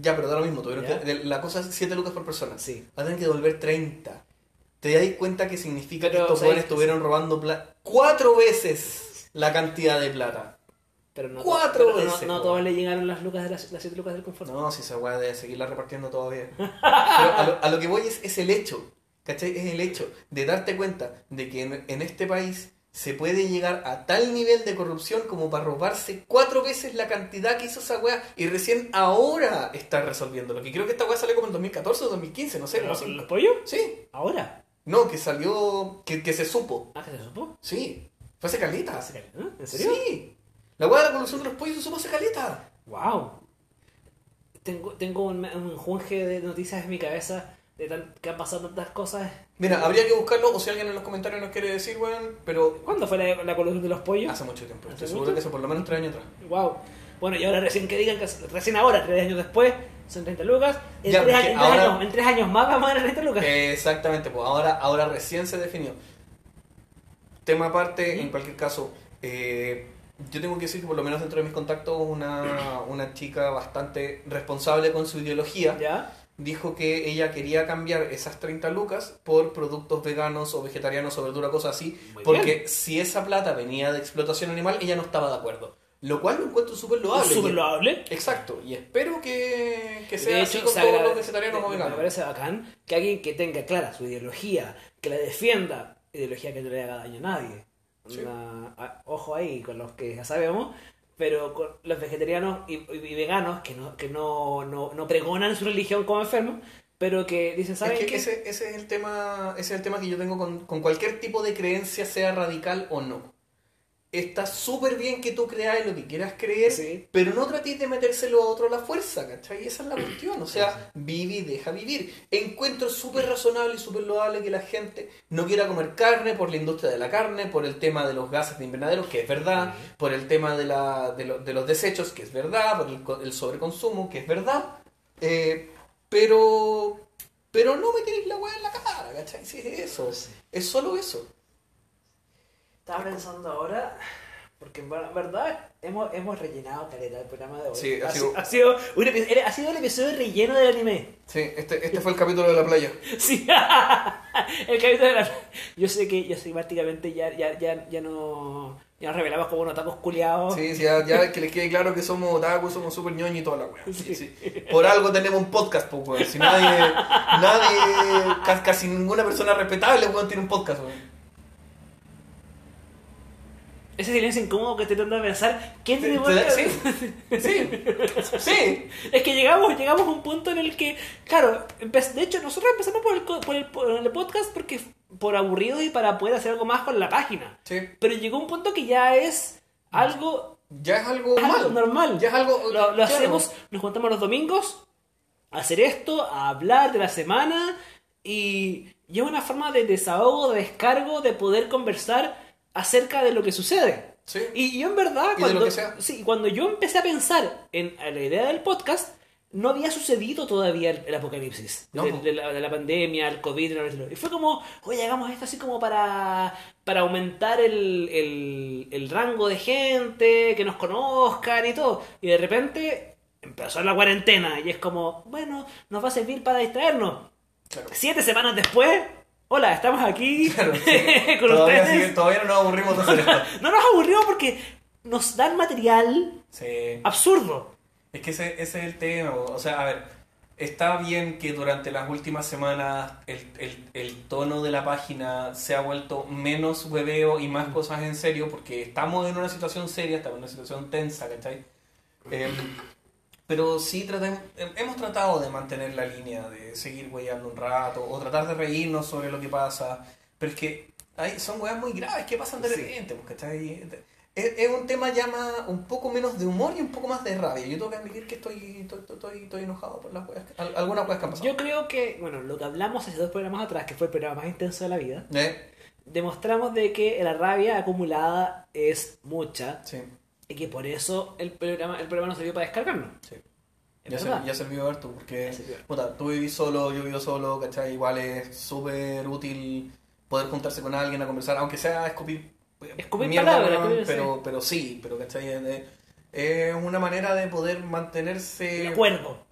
Speaker 1: Ya, pero da lo mismo. Tuvieron
Speaker 2: ¿Ya?
Speaker 1: que- de- la cosa es 7 lucas por persona.
Speaker 2: Sí.
Speaker 1: Van a tener que devolver 30. ¿Te dais cuenta que significa que
Speaker 2: Pero,
Speaker 1: estos
Speaker 2: ¿sabes?
Speaker 1: jóvenes estuvieron robando plata? Cuatro veces la cantidad de plata.
Speaker 2: Pero no,
Speaker 1: Cuatro
Speaker 2: pero no-
Speaker 1: veces,
Speaker 2: no,
Speaker 1: po.
Speaker 2: todos le llegaron las lucas de las, las siete lucas del confort.
Speaker 1: No, si esa weá debe seguirla repartiendo todavía. Pero a lo, a lo que voy es, es el hecho, ¿cachai? Es el hecho de darte cuenta de que en, en este país se puede llegar a tal nivel de corrupción como para robarse cuatro veces la cantidad que hizo esa weá y recién ahora está resolviendo. Lo que creo que esta weá sale como en 2014 o 2015, no sé,
Speaker 2: ¿Pero
Speaker 1: como
Speaker 2: ¿Los
Speaker 1: cinco.
Speaker 2: pollos?
Speaker 1: Sí,
Speaker 2: ¿Ahora?
Speaker 1: no, que salió, que, que se supo.
Speaker 2: ¿Ah, que se supo?
Speaker 1: Sí, fue hace caleta.
Speaker 2: ¿Ah, ¿En serio?
Speaker 1: Sí, la weá de la corrupción de los pollos se supo hace caleta.
Speaker 2: ¡Wow! Tengo, tengo un, un enjunje de noticias en mi cabeza de tan, que han pasado tantas cosas.
Speaker 1: Mira, habría que buscarlo o si alguien en los comentarios nos quiere decir, weón, pero
Speaker 2: ¿Cuándo fue la, la colusión de los pollos?
Speaker 1: Hace mucho tiempo,
Speaker 2: ¿Hace
Speaker 1: estoy seguro
Speaker 2: mucho?
Speaker 1: que eso por lo menos tres años atrás.
Speaker 2: Wow. Bueno, y ahora recién que digan que recién ahora, tres años después, son 30 lucas. En,
Speaker 1: Ya,
Speaker 2: tres,
Speaker 1: porque
Speaker 2: años- en tres
Speaker 1: ahora- Eh,
Speaker 2: años, en tres años más vamos a ganar 30 lucas.
Speaker 1: Exactamente, pues ahora, ahora recién se definió. Tema aparte, en cualquier caso, eh, yo tengo que decir que por lo menos dentro de mis contactos una, una chica bastante responsable con su ideología
Speaker 2: ¿Ya?
Speaker 1: dijo que ella quería cambiar esas 30 lucas por productos veganos o vegetarianos o verdura, cosas así,
Speaker 2: Muy
Speaker 1: porque
Speaker 2: bien.
Speaker 1: si esa plata venía de explotación animal, ella no estaba de acuerdo. Lo cual lo encuentro súper loable.
Speaker 2: Súper
Speaker 1: Y-
Speaker 2: loable.
Speaker 1: Exacto, y espero que, que sea
Speaker 2: de
Speaker 1: así
Speaker 2: hecho,
Speaker 1: con
Speaker 2: se
Speaker 1: todos
Speaker 2: agrade-
Speaker 1: los vegetarianos o
Speaker 2: me- Me
Speaker 1: veganos.
Speaker 2: parece bacán que alguien que tenga clara su ideología, que la defienda, ideología que no le haga daño a nadie.
Speaker 1: Sí.
Speaker 2: Una- a- ojo ahí con los que ya sabemos, pero con los vegetarianos y, y veganos que, no, que no, no, no pregonan su religión como enfermos, pero que dicen, ¿saben
Speaker 1: Es que
Speaker 2: qué?
Speaker 1: ese, ese es el tema, ese es el tema que yo tengo con, con cualquier tipo de creencia, sea radical o no. Está súper bien que tú creas en lo que quieras creer,
Speaker 2: Sí.
Speaker 1: pero no trates de metérselo a otro a la fuerza, ¿cachai? Esa es la cuestión, o sea, vive y deja vivir. Encuentro súper razonable y súper loable que la gente no quiera comer carne por la industria de la carne, por el tema de los gases de invernadero, que es verdad, por el tema de, la, de, lo- de los desechos, que es verdad, por el, co- el sobreconsumo, que es verdad, Eh, pero pero no me tiréis la weá en la cara, ¿cachai? Sí, es eso. Es solo eso.
Speaker 2: Estaba pensando ahora, porque en ver- verdad hemos, hemos rellenado caleta el programa de hoy.
Speaker 1: Sí, ha sido-
Speaker 2: ha sido un epi- era- ha sido el episodio relleno del anime.
Speaker 1: Sí, este, este fue el capítulo de la playa.
Speaker 2: Sí, el capítulo de la... Yo sé que yo soy prácticamente ya, ya, ya, ya no... Ya nos revelamos como unos tacos culiados.
Speaker 1: Sí, sí, ya, ya que les quede claro que somos otaku, somos super ñoños y toda la weá.
Speaker 2: Sí.
Speaker 1: Sí, sí. Por algo tenemos un podcast, pues, weón. Si nadie, nadie, ca- casi ninguna persona respetable, weón, tiene un podcast, weón.
Speaker 2: Ese silencio incómodo que estoy tratando de pensar. ¿Quién
Speaker 1: ¿Te-
Speaker 2: tiene
Speaker 1: te
Speaker 2: podcast?
Speaker 1: da- Sí, sí.
Speaker 2: Es que llegamos, llegamos a un punto en el que... Claro, empe- de hecho nosotros empezamos por el, co- por el, por el podcast porque por aburridos y para poder hacer algo más con la página.
Speaker 1: Sí.
Speaker 2: Pero llegó un punto que ya es algo,
Speaker 1: Ya es algo
Speaker 2: algo
Speaker 1: mal.
Speaker 2: Ah, normal.
Speaker 1: Ya es algo.
Speaker 2: Lo, lo
Speaker 1: claro.
Speaker 2: hacemos, nos juntamos los domingos a hacer esto, a hablar de la semana y, y es una forma de desahogo, de descargo, de poder conversar acerca de lo que sucede.
Speaker 1: Sí.
Speaker 2: Y yo en verdad,
Speaker 1: Y de lo
Speaker 2: cuando,
Speaker 1: que sea.
Speaker 2: sí, cuando yo empecé a pensar en en la idea del podcast, no había sucedido todavía el, el apocalipsis
Speaker 1: No,
Speaker 2: de,
Speaker 1: po.
Speaker 2: de la, de la pandemia, el COVID. el- Y fue como, oye, hagamos esto así como para, para aumentar el, el- el rango de gente, que nos conozcan y todo. Y de repente empezó la cuarentena y es como, bueno, nos va a servir para distraernos.
Speaker 1: Claro.
Speaker 2: Siete semanas después, hola, estamos aquí
Speaker 1: Claro, sí.
Speaker 2: con
Speaker 1: todavía,
Speaker 2: ustedes.
Speaker 1: sigue- todavía no nos aburrimos de hacer esto.
Speaker 2: No nos aburrió porque nos dan material
Speaker 1: Sí.
Speaker 2: absurdo.
Speaker 1: Es que ese, ese es el tema, bo. o sea, a ver, está bien que durante las últimas semanas el, el- el tono de la página se ha vuelto menos hueveo y más cosas en serio, porque estamos en una situación seria, estamos en una situación tensa, ¿cachai? Em, pero sí tratem- em, hemos tratado de mantener la línea, de seguir weyando un rato, o tratar de reírnos sobre lo que pasa, pero es que hay, son weas muy graves que pasan de
Speaker 2: Sí.
Speaker 1: repente, pues, ¿cachai? Es, es un tema ya más- un poco menos de humor y un poco más de rabia. Yo tengo que admitir que estoy, estoy, estoy- estoy enojado por las weas, que- al- algunas weas que han pasado.
Speaker 2: Yo creo que, bueno, lo que hablamos hace dos programas atrás, que fue el programa más intenso de la vida,
Speaker 1: ¿Eh?
Speaker 2: demostramos de que la rabia acumulada es mucha
Speaker 1: Sí,
Speaker 2: y que por eso el programa, el programa nos sirvió para descargarnos.
Speaker 1: sí.
Speaker 2: Es
Speaker 1: Ya,
Speaker 2: verdad.
Speaker 1: ser- ya sirvió harto, porque
Speaker 2: Ya sirvió.
Speaker 1: puta, tú vivís solo, yo vivo solo, ¿cachai? Igual es súper útil poder juntarse con alguien a conversar, aunque sea escupir, eh,
Speaker 2: Escupir
Speaker 1: mierda,
Speaker 2: palabras,
Speaker 1: weón,
Speaker 2: escupir-
Speaker 1: pero, pero sí, pero ¿cachai? Es, de- es una manera de poder
Speaker 2: De
Speaker 1: mantenerse...
Speaker 2: acuerdo.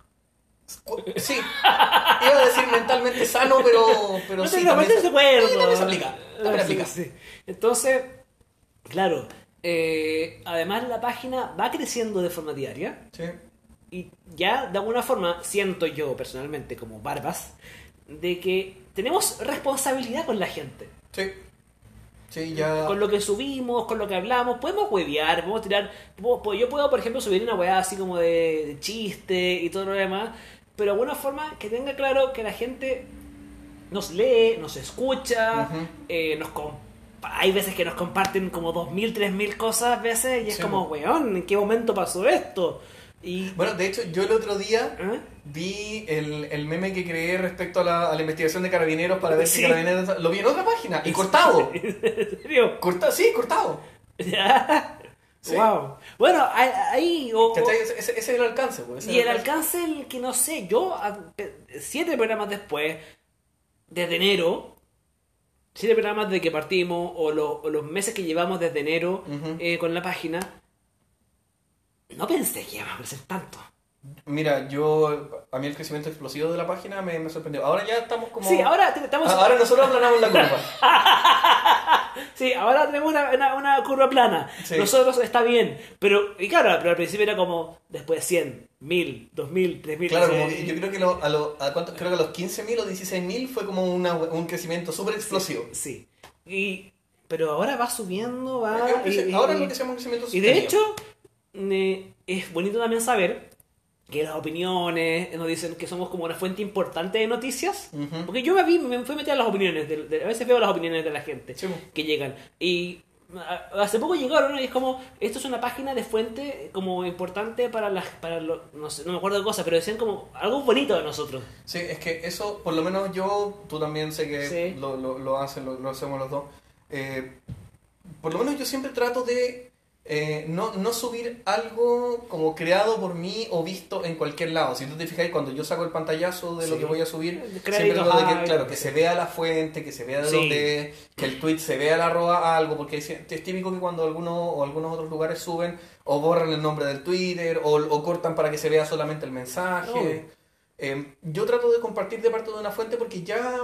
Speaker 1: cu- Sí, iba a decir mentalmente sano, pero, pero
Speaker 2: no
Speaker 1: sí,
Speaker 2: tengo
Speaker 1: también
Speaker 2: meter
Speaker 1: se-
Speaker 2: de acuerdo. Ah,
Speaker 1: sí, también se aplica, también
Speaker 2: Sí,
Speaker 1: aplica.
Speaker 2: sí. Entonces, claro. eh, además, la página va creciendo de forma diaria.
Speaker 1: Sí.
Speaker 2: Y ya, de alguna forma, siento yo personalmente, como barbas, de que tenemos responsabilidad con la gente.
Speaker 1: Sí. Sí, ya.
Speaker 2: Con lo que subimos, con lo que hablamos, podemos huevear, podemos tirar. po- po- Yo puedo, por ejemplo, subir una hueá así como de, de chiste y todo lo demás, pero de alguna forma que tenga claro que la gente nos lee, nos escucha,
Speaker 1: Ujú.
Speaker 2: eh, nos com- hay veces que nos comparten como 2.000, 3.000 cosas, veces, y es
Speaker 1: Sí,
Speaker 2: como,
Speaker 1: mo.
Speaker 2: weón, ¿en qué momento pasó esto? Y.
Speaker 1: Bueno, de hecho, yo el otro día
Speaker 2: ¿eh?
Speaker 1: vi el, el meme que creé respecto a la, a la investigación de carabineros para ver
Speaker 2: Sí.
Speaker 1: si carabineros. Lo vi en otra página y cortado.
Speaker 2: ¿En serio?
Speaker 1: Corta, sí, cortado.
Speaker 2: Ya.
Speaker 1: Sí.
Speaker 2: Wow. Bueno, ahí. ahí, o- o-
Speaker 1: ¿Cachai? Ese, ese- ese es el alcance, pues. ese
Speaker 2: Y el alcance, el que no sé, yo, a- pe- siete programas después, desde enero, siete programas de que partimos, o, lo- o los meses que llevamos desde enero
Speaker 1: Ujú.
Speaker 2: eh, con la página, no pensé que iba a crecer tanto.
Speaker 1: Mira, yo. A mí el crecimiento explosivo de la página me, me sorprendió. Ahora ya estamos como.
Speaker 2: Sí, ahora te- estamos.
Speaker 1: Ah, ahora nosotros aplanamos la curva.
Speaker 2: Sí, ahora tenemos una, una- una curva plana.
Speaker 1: Sí.
Speaker 2: Nosotros está bien. Pero, y claro, pero al principio era como después de 100, 1000, 2000, 3000.
Speaker 1: Claro,
Speaker 2: o sea,
Speaker 1: como que yo creo que lo- a, lo- a cuánto- creo que a los 15.000 o 16.000 fue como una- un crecimiento súper explosivo.
Speaker 2: Sí. Y, pero ahora va subiendo, va.
Speaker 1: Es un crece-
Speaker 2: Ah, y- y-
Speaker 1: ahora lo que se llama un crecimiento
Speaker 2: Y de
Speaker 1: sostenido.
Speaker 2: hecho, eh, es bonito también saber que las opiniones eh, nos dicen que somos como una fuente importante de noticias.
Speaker 1: Ujú.
Speaker 2: Porque yo me, vi- me fui a meter a las opiniones, de- de- a veces veo las opiniones de la gente
Speaker 1: Sí, po.
Speaker 2: que llegan. Y a- hace poco llegaron y es como, esto es una página de fuente como importante para las, para lo- no sé, no me acuerdo de cosas, pero decían como algo bonito de nosotros.
Speaker 1: Sí, es que eso, por lo menos yo, tú también sé que
Speaker 2: Sí.
Speaker 1: lo, lo, lo hacen, lo, lo hacemos los dos. Eh, por lo menos yo siempre trato de eh, no, no subir algo como creado por mí o visto en cualquier lado. Si tú te fijas, cuando yo saco el pantallazo de lo
Speaker 2: Sí.
Speaker 1: que voy a subir,
Speaker 2: Créditos,
Speaker 1: siempre trato de
Speaker 2: ah,
Speaker 1: que, claro, que se vea la fuente, que se vea de
Speaker 2: Sí.
Speaker 1: dónde es, que el tweet se vea la arroba algo, porque es, es típico que cuando algunos o algunos otros lugares suben o borran el nombre del Twitter o, o cortan para que se vea solamente el mensaje.
Speaker 2: Obvio.
Speaker 1: Eh, yo trato de compartir de parte de una fuente porque ya,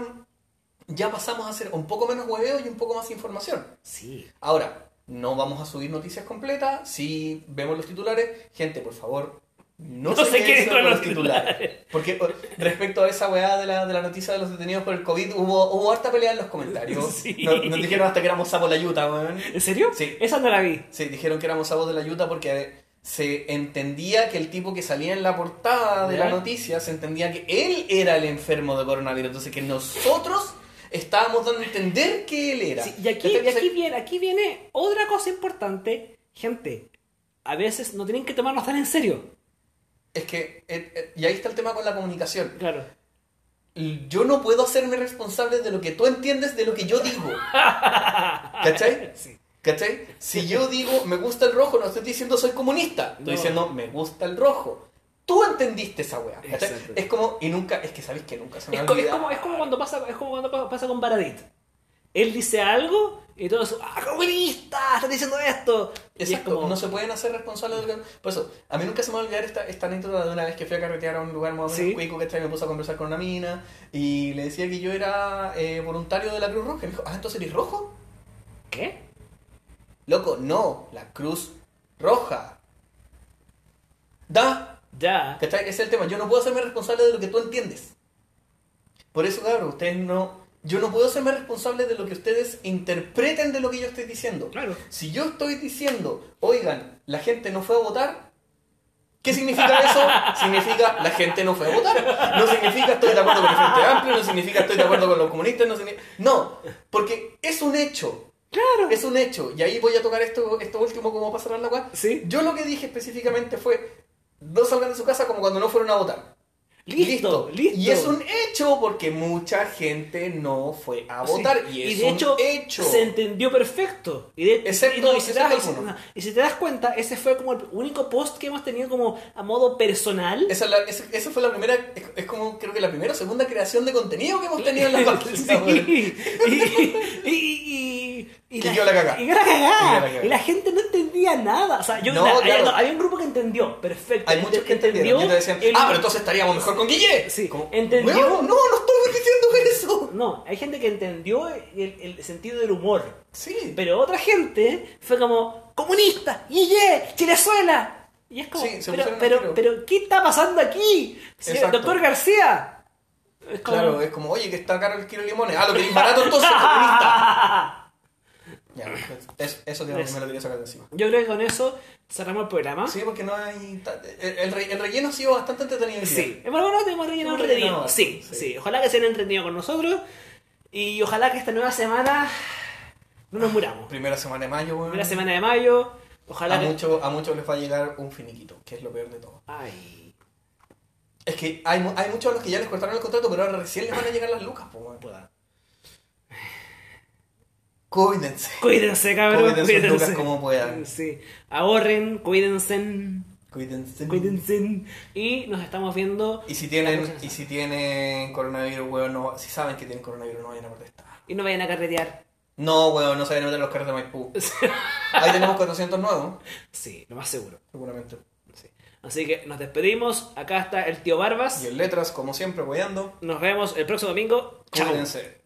Speaker 1: ya pasamos a hacer un poco menos hueveo y un poco más información.
Speaker 2: Sí.
Speaker 1: Ahora, no vamos a subir noticias completas, si vemos los titulares, gente, por favor, no,
Speaker 2: No
Speaker 1: se,
Speaker 2: se
Speaker 1: queden
Speaker 2: queden
Speaker 1: solo
Speaker 2: con
Speaker 1: con
Speaker 2: los
Speaker 1: los titulares. Porque o, respecto a esa weá de la, de la noticia de los detenidos por el COVID, hubo, hubo harta pelea en los comentarios.
Speaker 2: Sí.
Speaker 1: No- Nos, dijeron hasta que éramos sapos la yuta, weón.
Speaker 2: ¿En serio?
Speaker 1: Sí.
Speaker 2: Esa no la vi.
Speaker 1: Sí, dijeron que éramos sapos de la yuta porque se entendía que el tipo que salía en la portada de
Speaker 2: ¿Ya?
Speaker 1: la noticia, se entendía que él era el enfermo de coronavirus, entonces que nosotros estábamos dando a entender que él era.
Speaker 2: Sí, y aquí, y
Speaker 1: Entonces,
Speaker 2: aquí, viene, aquí viene otra cosa importante. Gente, a veces no tienen que tomarnos tan en serio.
Speaker 1: Es que, eh, eh, y ahí está el tema con la comunicación.
Speaker 2: Claro.
Speaker 1: Yo no puedo hacerme responsable de lo que tú entiendes de lo que yo digo. ¿Cachai?
Speaker 2: Sí.
Speaker 1: ¿Cachai? Si yo digo me gusta el rojo, no estoy diciendo soy comunista. Estoy
Speaker 2: No.
Speaker 1: diciendo me gusta el rojo. Tú entendiste esa weá. ¿cachai?
Speaker 2: Exacto.
Speaker 1: Es como, y nunca, es que sabéis que nunca se me
Speaker 2: Es, co- es
Speaker 1: olvida.
Speaker 2: como, es como cuando pasa, es como cuando pa- pasa con Baradit. Él dice algo y todos, ¡ah, comunista! ¡Estás diciendo esto! Y es
Speaker 1: Exacto,
Speaker 2: como,
Speaker 1: no se pueden hacer responsables de lo que- Por eso, a mí nunca se me va a olvidar esta, esta anécdota de una vez que fui a carretear a un lugar más o menos
Speaker 2: Sí.
Speaker 1: cuico que me puse a conversar con una mina y le decía que yo era eh, voluntario de la Cruz Roja. Y me dijo, ah, entonces eres rojo.
Speaker 2: ¿Qué?
Speaker 1: Loco, no, la Cruz Roja. Da
Speaker 2: Ya.
Speaker 1: ¿Cachai? Ese es el tema. Yo no puedo hacerme responsable de lo que tú entiendes. Por eso, cabrón, ustedes no. Yo no puedo hacerme responsable de lo que ustedes interpreten de lo que yo estoy diciendo.
Speaker 2: Claro.
Speaker 1: Si yo estoy diciendo, oigan, la gente no fue a votar, ¿qué significa eso? significa la gente no fue a votar. No significa estoy de acuerdo con el Frente Amplio, no significa estoy de acuerdo con los comunistas, no significa. No, porque es un hecho.
Speaker 2: Claro.
Speaker 1: Es un hecho. Y ahí voy a tocar esto, esto último como para cerrar la weá.
Speaker 2: Sí.
Speaker 1: Yo lo que dije específicamente fue, no salgan de su casa como cuando no fueron a votar.
Speaker 2: Listo, listo.
Speaker 1: Y es un hecho porque mucha gente no fue a
Speaker 2: Sí.
Speaker 1: votar. Y es
Speaker 2: de hecho,
Speaker 1: un hecho.
Speaker 2: se entendió perfecto. Y, de,
Speaker 1: Excepto-
Speaker 2: y no, y si te das-
Speaker 1: excepto alguno.
Speaker 2: y si te das cuenta, ese fue como el único post que hemos tenido como a modo personal.
Speaker 1: Esa, es la- esa- esa fue la primera, es, es como creo que la primera o segunda creación de contenido que hemos tenido en la página.
Speaker 2: Sí.
Speaker 1: weón.
Speaker 2: Y- y- y- y
Speaker 1: Que yo la cagá.
Speaker 2: y yo la cagá.
Speaker 1: Y yo la cagá.
Speaker 2: Y la gente no entendía nada. O sea, yo,
Speaker 1: No,
Speaker 2: mira, había-
Speaker 1: claro.
Speaker 2: no, había un grupo que entendió, perfecto.
Speaker 1: Hay muchos que
Speaker 2: Ente-
Speaker 1: entendieron. Y te decían,
Speaker 2: el-
Speaker 1: ah, pero entonces estaríamos mejor con Guille.
Speaker 2: Sí,
Speaker 1: Como,
Speaker 2: entendió-
Speaker 1: "Weón, No, no estoy diciendo eso.
Speaker 2: No, hay gente que entendió el, el sentido del humor.
Speaker 1: Sí.
Speaker 2: Pero otra gente fue como, comunista, Guille, Chilezuela. Y es como,
Speaker 1: Sí, se
Speaker 2: pero,
Speaker 1: pusieron al
Speaker 2: pero,
Speaker 1: tiro.
Speaker 2: pero, ¿qué está pasando aquí? Señor
Speaker 1: Exacto.
Speaker 2: Doctor García. Es como-
Speaker 1: Claro, es como, oye, que está caro el kilo de limones. Ah, lo queréis barato entonces,
Speaker 2: "Ah,
Speaker 1: comunista. Ya, pues, es- eso que
Speaker 2: Eso.
Speaker 1: me lo quería sacar de encima.
Speaker 2: Yo creo que con eso cerramos el programa.
Speaker 1: Sí, porque no hay. ta- El, el re- el relleno ha sido bastante entretenido. hoy día.
Speaker 2: Sí, por lo menos tenemos relleno
Speaker 1: Hemos
Speaker 2: entretenido.
Speaker 1: rellenado,
Speaker 2: Sí,
Speaker 1: sí.
Speaker 2: sí, ojalá que se hayan entretenido con nosotros. Y ojalá que esta nueva semana no nos muramos.
Speaker 1: Primera semana de mayo, weón.
Speaker 2: Primera semana de mayo,
Speaker 1: A,
Speaker 2: ojalá que.
Speaker 1: muchos- a muchos les va a llegar un finiquito, que es lo peor de todo.
Speaker 2: Ay,
Speaker 1: Es que hay, mu- hay muchos a los que ya les cortaron el contrato, pero ahora recién les van a llegar las lucas, po, weón.
Speaker 2: puta.
Speaker 1: Cuídense.
Speaker 2: Cuídense, cabrón.
Speaker 1: Cómete sus lucas como puedan.
Speaker 2: Sí, ahorren, cuídense.
Speaker 1: Cuídense.
Speaker 2: Cuídense. Y nos estamos viendo.
Speaker 1: Y si
Speaker 2: La
Speaker 1: tienen,
Speaker 2: próxima
Speaker 1: y si tienen coronavirus, weón, no, si saben que tienen coronavirus, no vayan a protestar.
Speaker 2: Y no vayan a carretear.
Speaker 1: No, weón, no se vayan a meter los carros de Maipú. Ahí tenemos 400 nuevos,
Speaker 2: Sí, lo más seguro.
Speaker 1: seguramente.
Speaker 2: Sí. Así que nos despedimos. Acá está el tío
Speaker 1: Y
Speaker 2: Barbas.
Speaker 1: en letras, como siempre, apoyando.
Speaker 2: Nos vemos el próximo domingo. Chao.
Speaker 1: Cuídense.